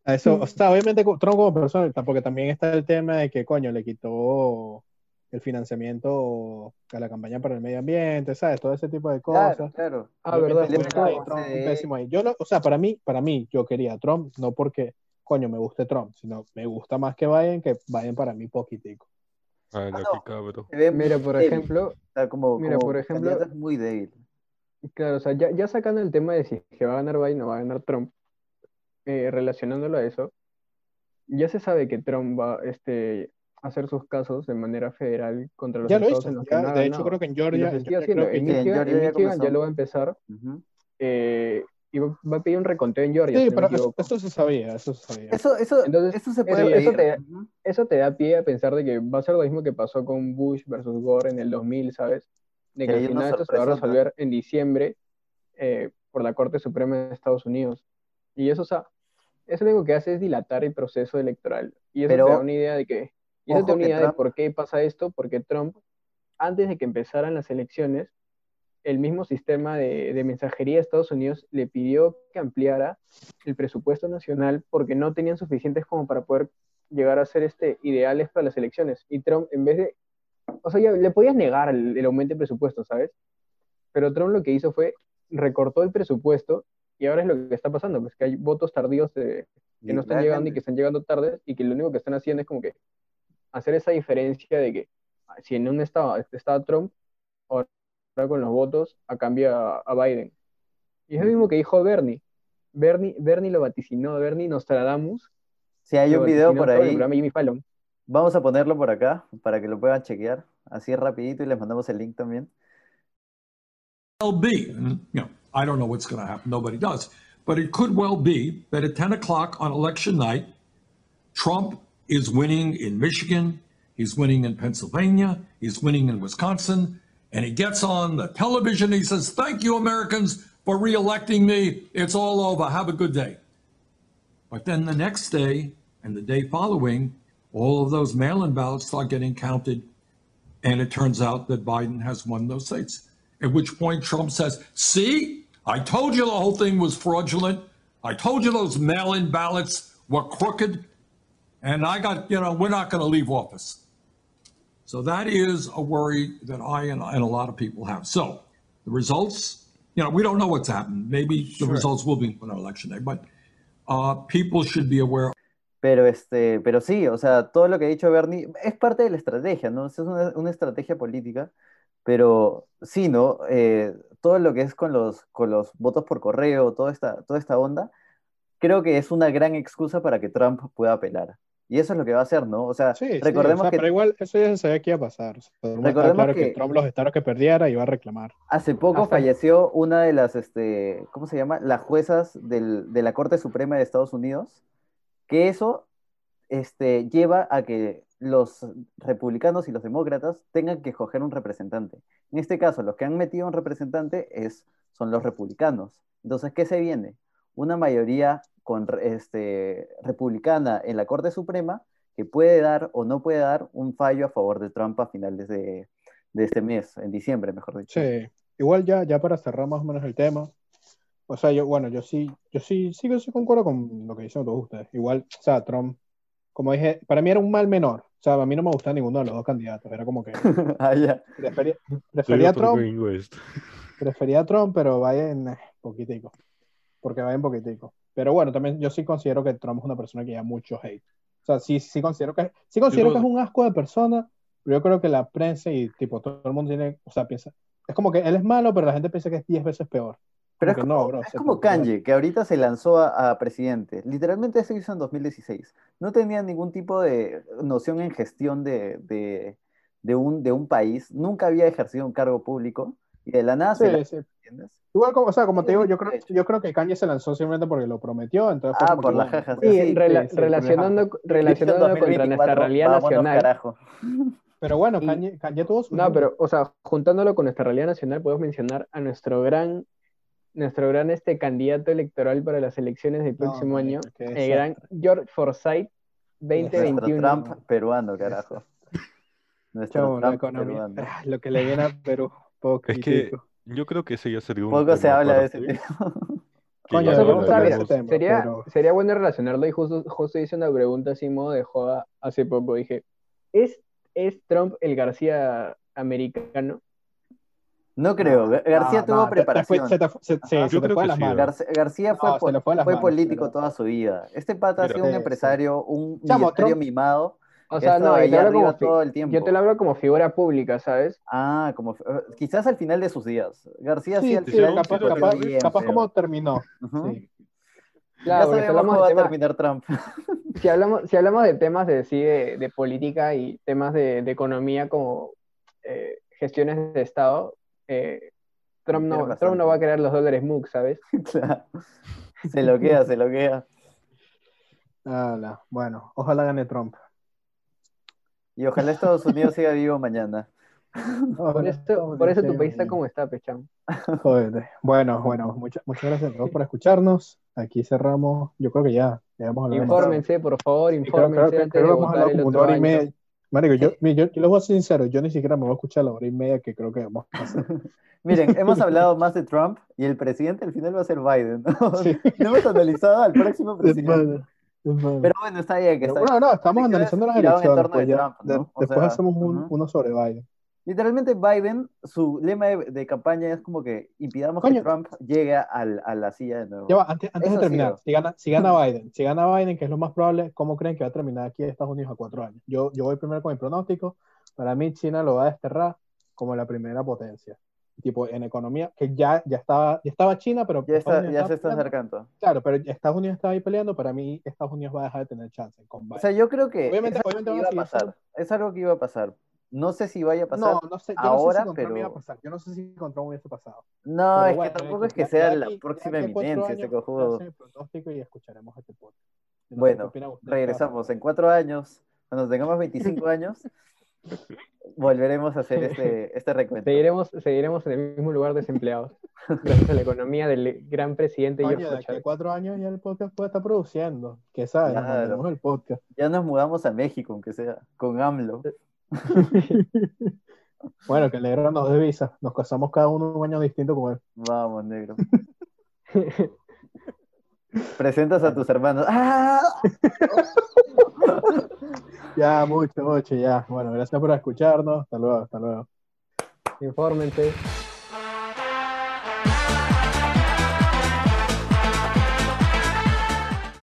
[SPEAKER 1] a eso, o sea, obviamente co- Trump como persona, ta- porque también está el tema de que, coño, le quitó el financiamiento a la campaña para el medio ambiente, ¿sabes? Todo ese tipo de
[SPEAKER 2] Claro,
[SPEAKER 1] cosas.
[SPEAKER 2] claro.
[SPEAKER 4] Ah,
[SPEAKER 1] Yo pienso
[SPEAKER 4] verdad,
[SPEAKER 1] que
[SPEAKER 2] Peleó
[SPEAKER 4] fue
[SPEAKER 1] obviamente
[SPEAKER 2] con la
[SPEAKER 1] ahí
[SPEAKER 4] Trump.
[SPEAKER 1] Trump un
[SPEAKER 2] OCDE.
[SPEAKER 1] pésimo ahí. Yo no- o sea, para mí, para mí, yo quería a Trump, no porque, coño, me guste Trump, sino me gusta más que Biden, que Biden para mí poquitico.
[SPEAKER 3] A
[SPEAKER 2] Ah,
[SPEAKER 3] la que
[SPEAKER 2] no.
[SPEAKER 3] cabro.
[SPEAKER 2] Se ve muy
[SPEAKER 4] Mira, por
[SPEAKER 2] débil.
[SPEAKER 4] ejemplo,
[SPEAKER 2] O sea, como,
[SPEAKER 4] mira, por
[SPEAKER 2] como
[SPEAKER 4] ejemplo,
[SPEAKER 2] candidato es muy débil.
[SPEAKER 4] claro, o sea, ya, ya sacando el tema de si que va a ganar Biden o va a ganar Trump, eh, relacionándolo a eso, ya se sabe que Trump va este, a hacer sus casos de manera federal contra los
[SPEAKER 1] Ya lo
[SPEAKER 4] estados en
[SPEAKER 1] hizo,
[SPEAKER 4] los que no
[SPEAKER 1] ya,
[SPEAKER 4] ha
[SPEAKER 1] de hecho creo
[SPEAKER 4] ganado.
[SPEAKER 1] que en
[SPEAKER 4] Y
[SPEAKER 1] Georgia,
[SPEAKER 4] los
[SPEAKER 1] en
[SPEAKER 4] sigue
[SPEAKER 1] Georgia
[SPEAKER 4] haciendo.
[SPEAKER 1] creo
[SPEAKER 4] En
[SPEAKER 2] Sí,
[SPEAKER 1] que...
[SPEAKER 2] en
[SPEAKER 4] Michigan, en
[SPEAKER 2] Georgia ya
[SPEAKER 4] Michigan ya
[SPEAKER 2] comenzó.
[SPEAKER 4] lo va a empezar
[SPEAKER 2] Ujú.
[SPEAKER 4] eh, y va, va a pedir un reconteo en Georgia,
[SPEAKER 1] Sí,
[SPEAKER 4] si no me
[SPEAKER 1] pero eso,
[SPEAKER 4] equivoco.
[SPEAKER 1] eso se sabía, eso se sabía.
[SPEAKER 2] Eso, eso,
[SPEAKER 4] Entonces,
[SPEAKER 2] eso se puede
[SPEAKER 4] eso,
[SPEAKER 1] Sí,
[SPEAKER 4] eso
[SPEAKER 2] pedir.
[SPEAKER 4] te,
[SPEAKER 2] Ujú.
[SPEAKER 4] eso te da pie a pensar de que va a ser lo mismo que pasó con Bush versus Gore en el 2000, ¿sabes? De
[SPEAKER 2] Que
[SPEAKER 4] que al
[SPEAKER 2] hay una
[SPEAKER 4] final esto se va a
[SPEAKER 2] sorpresota.
[SPEAKER 4] resolver en diciembre eh, por la Corte Suprema de Estados Unidos. Y eso, o sea, eso lo único que hace es dilatar el proceso electoral. Y eso te da
[SPEAKER 2] Pero
[SPEAKER 4] una idea de que, y eso te
[SPEAKER 2] ojo
[SPEAKER 4] da una
[SPEAKER 2] que
[SPEAKER 4] idea de
[SPEAKER 2] Trump,
[SPEAKER 4] por qué pasa esto, porque Trump, antes de que empezaran las elecciones, el mismo sistema de, de mensajería de Estados Unidos le pidió que ampliara el presupuesto nacional porque no tenían suficientes como para poder llegar a ser este, ideales para las elecciones. Y Trump, en vez de... O sea, ya le podías negar el, el aumento de presupuesto, ¿sabes? Pero Trump lo que hizo fue recortó el presupuesto y ahora es lo que está pasando, pues que hay votos tardíos de, que no están llegando y que están llegando tarde y que lo único que están haciendo es como que hacer esa diferencia de que ah, si en un estado estaba Trump, ahora con los votos a cambio a, a Biden. Y es lo mismo que dijo Bernie. Bernie, Bernie lo vaticinó, Bernie Nostradamus.
[SPEAKER 2] Si hay
[SPEAKER 4] lo
[SPEAKER 2] un video
[SPEAKER 4] vaticinó
[SPEAKER 2] por
[SPEAKER 4] todo el
[SPEAKER 2] ahí,
[SPEAKER 4] programa de Jimmy Fallon.
[SPEAKER 2] vamos a ponerlo por acá para que lo puedan chequear, así rapidito y les mandamos el link también.
[SPEAKER 5] well be, and, you know, I don't know what's going to happen, nobody does, but it could well be that at 10 o'clock on election night, Trump is winning in Michigan, he's winning in Pennsylvania, he's winning in Wisconsin, and he gets on the television, he says, Thank you, Americans, for reelecting me. It's all over. Have a good day. But then the next day and the day following, all of those mail in ballots start getting counted and it turns out that Biden has won those states. At which point Trump says, See, I told you the whole thing was fraudulent. I told you those mail in ballots were crooked. And I got, you know, we're not going to leave office. So that is a worry that I and, and a lot of people have. So the results, you know, we don't know what's happened. Maybe the results will be on election day, but uh, people should be aware
[SPEAKER 2] Pero, este, pero sí, o sea, todo lo que ha dicho Bernie es parte de la estrategia, ¿no? Es una, una estrategia política, pero sí, ¿no? Eh, todo lo que es con los, con los votos por correo, toda esta, toda esta onda, creo que es una gran excusa para que Trump pueda apelar. Y eso es lo que va a hacer, ¿no? O sea,
[SPEAKER 1] Sí, sí,
[SPEAKER 2] recordemos
[SPEAKER 1] o sea,
[SPEAKER 2] que
[SPEAKER 1] pero igual eso ya se sabía que iba a pasar. O sea, todo el mundo estaba
[SPEAKER 2] Recordemos
[SPEAKER 1] claro que...
[SPEAKER 2] que-
[SPEAKER 1] Trump los estados que perdiera iba a reclamar.
[SPEAKER 2] Hace poco
[SPEAKER 4] Hasta-
[SPEAKER 2] falleció una de las, este, ¿cómo se llama? Las juezas del- de la Corte Suprema de Estados Unidos, que eso, este, lleva a que los republicanos y los demócratas tengan que escoger un representante. En este caso, los que han metido un representante es, son los republicanos. Entonces, ¿qué se viene? Una mayoría con, re- este, republicana en la Corte Suprema que puede dar o no puede dar un fallo a favor de Trump a finales de, de este mes, en diciembre, mejor dicho.
[SPEAKER 1] Sí, igual ya, ya para cerrar más o menos el tema, o sea, yo, bueno, yo sí, yo sí, sí, yo sí concuerdo con lo que dicen todos ustedes. Igual, o sea, Trump, como dije, para mí era un mal menor. O sea, a mí no me gustaba ninguno de los dos candidatos. Era como que
[SPEAKER 2] Ah, ya.
[SPEAKER 1] prefería, prefería a Trump,
[SPEAKER 3] West.
[SPEAKER 1] prefería a Trump, pero Biden, eh, poquitico. Porque Biden poquitico. Pero bueno, también yo sí considero que Trump es una persona que ya mucho hate. O sea, sí, sí considero que, sí considero
[SPEAKER 3] Yo
[SPEAKER 1] que
[SPEAKER 3] creo-
[SPEAKER 1] es un asco de persona, pero yo creo que la prensa y tipo todo el mundo tiene, o sea, piensa, es como que él es malo, pero la gente piensa que es 10 veces peor.
[SPEAKER 2] Pero es
[SPEAKER 1] Como que no,
[SPEAKER 2] como,
[SPEAKER 1] bro,
[SPEAKER 2] es
[SPEAKER 1] o sea,
[SPEAKER 2] como
[SPEAKER 1] como que no.
[SPEAKER 2] Kanye, que ahorita se lanzó a, a presidente. Literalmente eso hizo en 2016. No tenía ningún tipo de noción en gestión de, de, de un, de un país. Nunca había ejercido un cargo público. Y de la nada se
[SPEAKER 1] Sí,
[SPEAKER 2] lanzó,
[SPEAKER 1] sí.
[SPEAKER 2] ¿entiendes?
[SPEAKER 1] Igual, como, o sea, como te digo, yo
[SPEAKER 2] Sí,
[SPEAKER 1] creo,
[SPEAKER 2] de hecho.
[SPEAKER 1] yo creo que Kanye se lanzó simplemente porque lo prometió, entonces fue
[SPEAKER 2] Ah,
[SPEAKER 1] como que,
[SPEAKER 2] por las
[SPEAKER 1] bueno,
[SPEAKER 2] jajas.
[SPEAKER 1] voy a-
[SPEAKER 4] Y
[SPEAKER 2] sí,
[SPEAKER 4] rela-
[SPEAKER 1] sí, sí,
[SPEAKER 4] relacionando, relacionándolo contra
[SPEAKER 2] 2024,
[SPEAKER 4] nuestra realidad
[SPEAKER 2] vámonos,
[SPEAKER 4] nacional.
[SPEAKER 2] carajo.
[SPEAKER 1] Pero bueno,
[SPEAKER 4] Y-
[SPEAKER 1] Kanye, Kanye tuvo su...
[SPEAKER 4] No, pero, o sea, juntándolo con nuestra realidad nacional, podemos mencionar a nuestro gran, nuestro gran este candidato electoral para las elecciones del
[SPEAKER 1] No,
[SPEAKER 4] próximo
[SPEAKER 1] marico,
[SPEAKER 4] año,
[SPEAKER 1] qué
[SPEAKER 4] el
[SPEAKER 1] desastre.
[SPEAKER 4] gran George Forsyth
[SPEAKER 2] Nuestro
[SPEAKER 4] 2021.
[SPEAKER 2] Trump peruano, carajo. Nuestro
[SPEAKER 1] Chamo, la
[SPEAKER 2] Trump
[SPEAKER 1] economía.
[SPEAKER 2] peruano.
[SPEAKER 1] Ah, Lo que le viene a Perú,
[SPEAKER 3] Es
[SPEAKER 1] poquitico.
[SPEAKER 3] que yo creo que ese ya sería un
[SPEAKER 2] Poco se
[SPEAKER 3] tema
[SPEAKER 2] habla de ese
[SPEAKER 3] aparte,
[SPEAKER 2] tema.
[SPEAKER 3] que
[SPEAKER 1] Coño,
[SPEAKER 3] ya
[SPEAKER 4] O sea,
[SPEAKER 3] lo
[SPEAKER 4] pero, o sea, mira,
[SPEAKER 3] hablaremos.
[SPEAKER 1] tema,
[SPEAKER 4] sería,
[SPEAKER 1] pero-
[SPEAKER 4] sería bueno relacionarlo y justo, justo hice una pregunta así en modo de joda hace poco. Dije, ¿es, es Trump el García americano?
[SPEAKER 2] No creo. Gar- García
[SPEAKER 1] No,
[SPEAKER 2] tuvo
[SPEAKER 1] no, te- te fue-
[SPEAKER 2] preparación.
[SPEAKER 1] se te fu- se- sí,
[SPEAKER 2] Ajá.
[SPEAKER 1] se
[SPEAKER 3] Yo
[SPEAKER 1] te
[SPEAKER 3] creo
[SPEAKER 1] fue de
[SPEAKER 3] que
[SPEAKER 1] las
[SPEAKER 3] sí,
[SPEAKER 1] manos.
[SPEAKER 2] Garci- García
[SPEAKER 1] No,
[SPEAKER 2] fue,
[SPEAKER 1] se le fue las
[SPEAKER 2] fue
[SPEAKER 1] manos,
[SPEAKER 2] político
[SPEAKER 1] pero-
[SPEAKER 2] toda su vida. Este pata ha
[SPEAKER 3] Mira.
[SPEAKER 2] sido un
[SPEAKER 1] Sí, sí.
[SPEAKER 2] empresario, un
[SPEAKER 1] Chamo,
[SPEAKER 2] millonario
[SPEAKER 1] Trump-
[SPEAKER 2] mimado
[SPEAKER 4] O
[SPEAKER 2] que
[SPEAKER 4] sea,
[SPEAKER 2] ha estado
[SPEAKER 4] no, yo
[SPEAKER 2] ahí
[SPEAKER 4] te, hablo
[SPEAKER 2] arriba
[SPEAKER 4] como fi-
[SPEAKER 2] todo el
[SPEAKER 4] yo te lo
[SPEAKER 2] tiempo.
[SPEAKER 4] hablo como figura pública, ¿sabes?
[SPEAKER 2] Ah, como eh, quizás al final de sus días. García sí
[SPEAKER 1] Sí,
[SPEAKER 2] al
[SPEAKER 1] sí,
[SPEAKER 2] final
[SPEAKER 3] Hicieron
[SPEAKER 2] de
[SPEAKER 3] un
[SPEAKER 2] sus
[SPEAKER 1] capaz,
[SPEAKER 2] días,
[SPEAKER 3] tiro de
[SPEAKER 1] capaz,
[SPEAKER 2] pero bien
[SPEAKER 1] capaz
[SPEAKER 2] feo.
[SPEAKER 1] como terminó.
[SPEAKER 2] Ujú.
[SPEAKER 1] Sí,
[SPEAKER 4] Claro,
[SPEAKER 2] ya
[SPEAKER 4] porque
[SPEAKER 2] sabemos
[SPEAKER 4] si hablamos
[SPEAKER 2] cómo
[SPEAKER 4] de
[SPEAKER 2] va a
[SPEAKER 4] temas,
[SPEAKER 2] terminar Trump.
[SPEAKER 4] si hablamos, si hablamos de temas de, sí, de, de política y temas de, de economía como eh, gestiones de Estado, eh, Trump,
[SPEAKER 2] Difieren
[SPEAKER 4] no, Trump
[SPEAKER 2] bastante.
[SPEAKER 4] no va a crear los dólares MOOC, ¿sabes?
[SPEAKER 2] Claro. Se lo queda, se lo queda.
[SPEAKER 1] Ala, bueno, ojalá gane Trump.
[SPEAKER 2] Y ojalá Estados Unidos siga vivo mañana.
[SPEAKER 4] Por,
[SPEAKER 1] Ojalá
[SPEAKER 4] esto,
[SPEAKER 1] Estados
[SPEAKER 4] por eso tu
[SPEAKER 1] Unidos
[SPEAKER 4] país está
[SPEAKER 1] gane.
[SPEAKER 4] como está, pechón.
[SPEAKER 1] Jódete. Bueno, bueno, mucha- muchas gracias a todos por escucharnos. Aquí cerramos. Yo creo que ya, ya hemos hablado.
[SPEAKER 4] Infórmense, por favor,
[SPEAKER 1] demasiado. Sí, creo- creo,
[SPEAKER 4] infórmense
[SPEAKER 1] que-
[SPEAKER 4] antes
[SPEAKER 1] creo
[SPEAKER 4] de
[SPEAKER 1] que hemos
[SPEAKER 4] votar
[SPEAKER 1] hablado
[SPEAKER 4] el
[SPEAKER 1] como una
[SPEAKER 4] otro
[SPEAKER 1] hora y
[SPEAKER 4] año.
[SPEAKER 1] media. Marico, yo, mi- yo, yo les voy a ser sincero, yo ni siquiera me voy a escuchar la hora y media que creo que vamos a hacer.
[SPEAKER 2] Miren, hemos hablado más de Trump y el presidente al final va a ser Biden. ¿no?
[SPEAKER 1] Sí.
[SPEAKER 2] No hemos analizado al próximo presidente.
[SPEAKER 1] Hermano, hermano.
[SPEAKER 2] Pero bueno, está bien que
[SPEAKER 1] Pero
[SPEAKER 2] está
[SPEAKER 1] bueno, no, estamos
[SPEAKER 2] Hay que ver
[SPEAKER 1] analizando las
[SPEAKER 2] girado en
[SPEAKER 1] elecciones.
[SPEAKER 2] torno
[SPEAKER 1] pues
[SPEAKER 2] de
[SPEAKER 1] ya.
[SPEAKER 2] Trump,
[SPEAKER 1] De-
[SPEAKER 2] ¿no? O
[SPEAKER 1] después
[SPEAKER 2] sea,
[SPEAKER 1] hacemos un-
[SPEAKER 2] ujú.
[SPEAKER 1] uno sobre Biden.
[SPEAKER 2] Literalmente Biden, su lema de, de campaña es como que impidamos
[SPEAKER 1] Coño.
[SPEAKER 2] que Trump llegue al- a la silla de nuevo.
[SPEAKER 1] Ya va, antes, antes de
[SPEAKER 2] Eso sí,
[SPEAKER 1] terminar,
[SPEAKER 2] bro.
[SPEAKER 1] si gana, si gana Biden, si gana Biden, que es lo más probable, ¿cómo creen que va a terminar aquí en Estados Unidos a cuatro años? Yo, yo voy primero con mi pronóstico. Para mí, China lo va a desterrar como la primera potencia. Tipo, en economía, que ya, ya, estaba, ya estaba China, pero
[SPEAKER 2] Ya,
[SPEAKER 1] Estados
[SPEAKER 2] está,
[SPEAKER 1] Unidos
[SPEAKER 2] ya
[SPEAKER 1] estaba
[SPEAKER 2] se está
[SPEAKER 1] peleando.
[SPEAKER 2] acercando.
[SPEAKER 1] Claro, pero Estados Unidos estaba ahí peleando. Para mí, Estados Unidos va a dejar de tener chance con Biden.
[SPEAKER 2] O sea, yo creo que
[SPEAKER 1] Obviamente-
[SPEAKER 2] es algo
[SPEAKER 1] obviamente
[SPEAKER 2] que
[SPEAKER 1] van a
[SPEAKER 2] iba a
[SPEAKER 1] seguir
[SPEAKER 2] pasar. Es algo que iba a pasar. No sé si vaya a pasar.
[SPEAKER 1] no, no sé, yo no sé
[SPEAKER 2] ahora,
[SPEAKER 1] si con Trump
[SPEAKER 2] pero-
[SPEAKER 1] iba a pasar. Yo no sé si con Trump hubiese pasado.
[SPEAKER 2] No,
[SPEAKER 1] Pero bueno,
[SPEAKER 2] es
[SPEAKER 1] pues
[SPEAKER 2] que tampoco es que
[SPEAKER 1] ya-
[SPEAKER 2] sea
[SPEAKER 1] ya
[SPEAKER 2] la
[SPEAKER 1] aquí- ya
[SPEAKER 2] próxima
[SPEAKER 1] aquí a cuatro
[SPEAKER 2] eminencia este
[SPEAKER 1] años,
[SPEAKER 2] cojudo.
[SPEAKER 1] hacen el pronóstico y escucharemos este podcast. Yo no sé
[SPEAKER 2] Bueno,
[SPEAKER 1] qué opinan ustedes,
[SPEAKER 2] Regresamos
[SPEAKER 1] pero-
[SPEAKER 2] en cuatro años, cuando tengamos 25 años, volveremos a hacer este, este recuento.
[SPEAKER 4] Seguiremos, seguiremos en el mismo lugar desempleados, gracias a la economía del gran presidente
[SPEAKER 1] Coño,
[SPEAKER 4] George
[SPEAKER 1] de aquí a
[SPEAKER 4] Bush.
[SPEAKER 1] cuatro años ya el podcast puede estar produciendo. ¿Qué sabes? Nos
[SPEAKER 2] Claro.
[SPEAKER 1] mandamos el podcast.
[SPEAKER 2] Ya nos mudamos a México, aunque sea, con AMLO.
[SPEAKER 1] Bueno, que el negro nos dé visa. Nos casamos cada uno un año distinto con él.
[SPEAKER 2] Vamos, negro. Presentas a tus hermanos. ¡Ah!
[SPEAKER 1] Ya, mucho, mucho, ya. Bueno, gracias por escucharnos. Hasta luego, hasta luego.
[SPEAKER 4] Infórmense.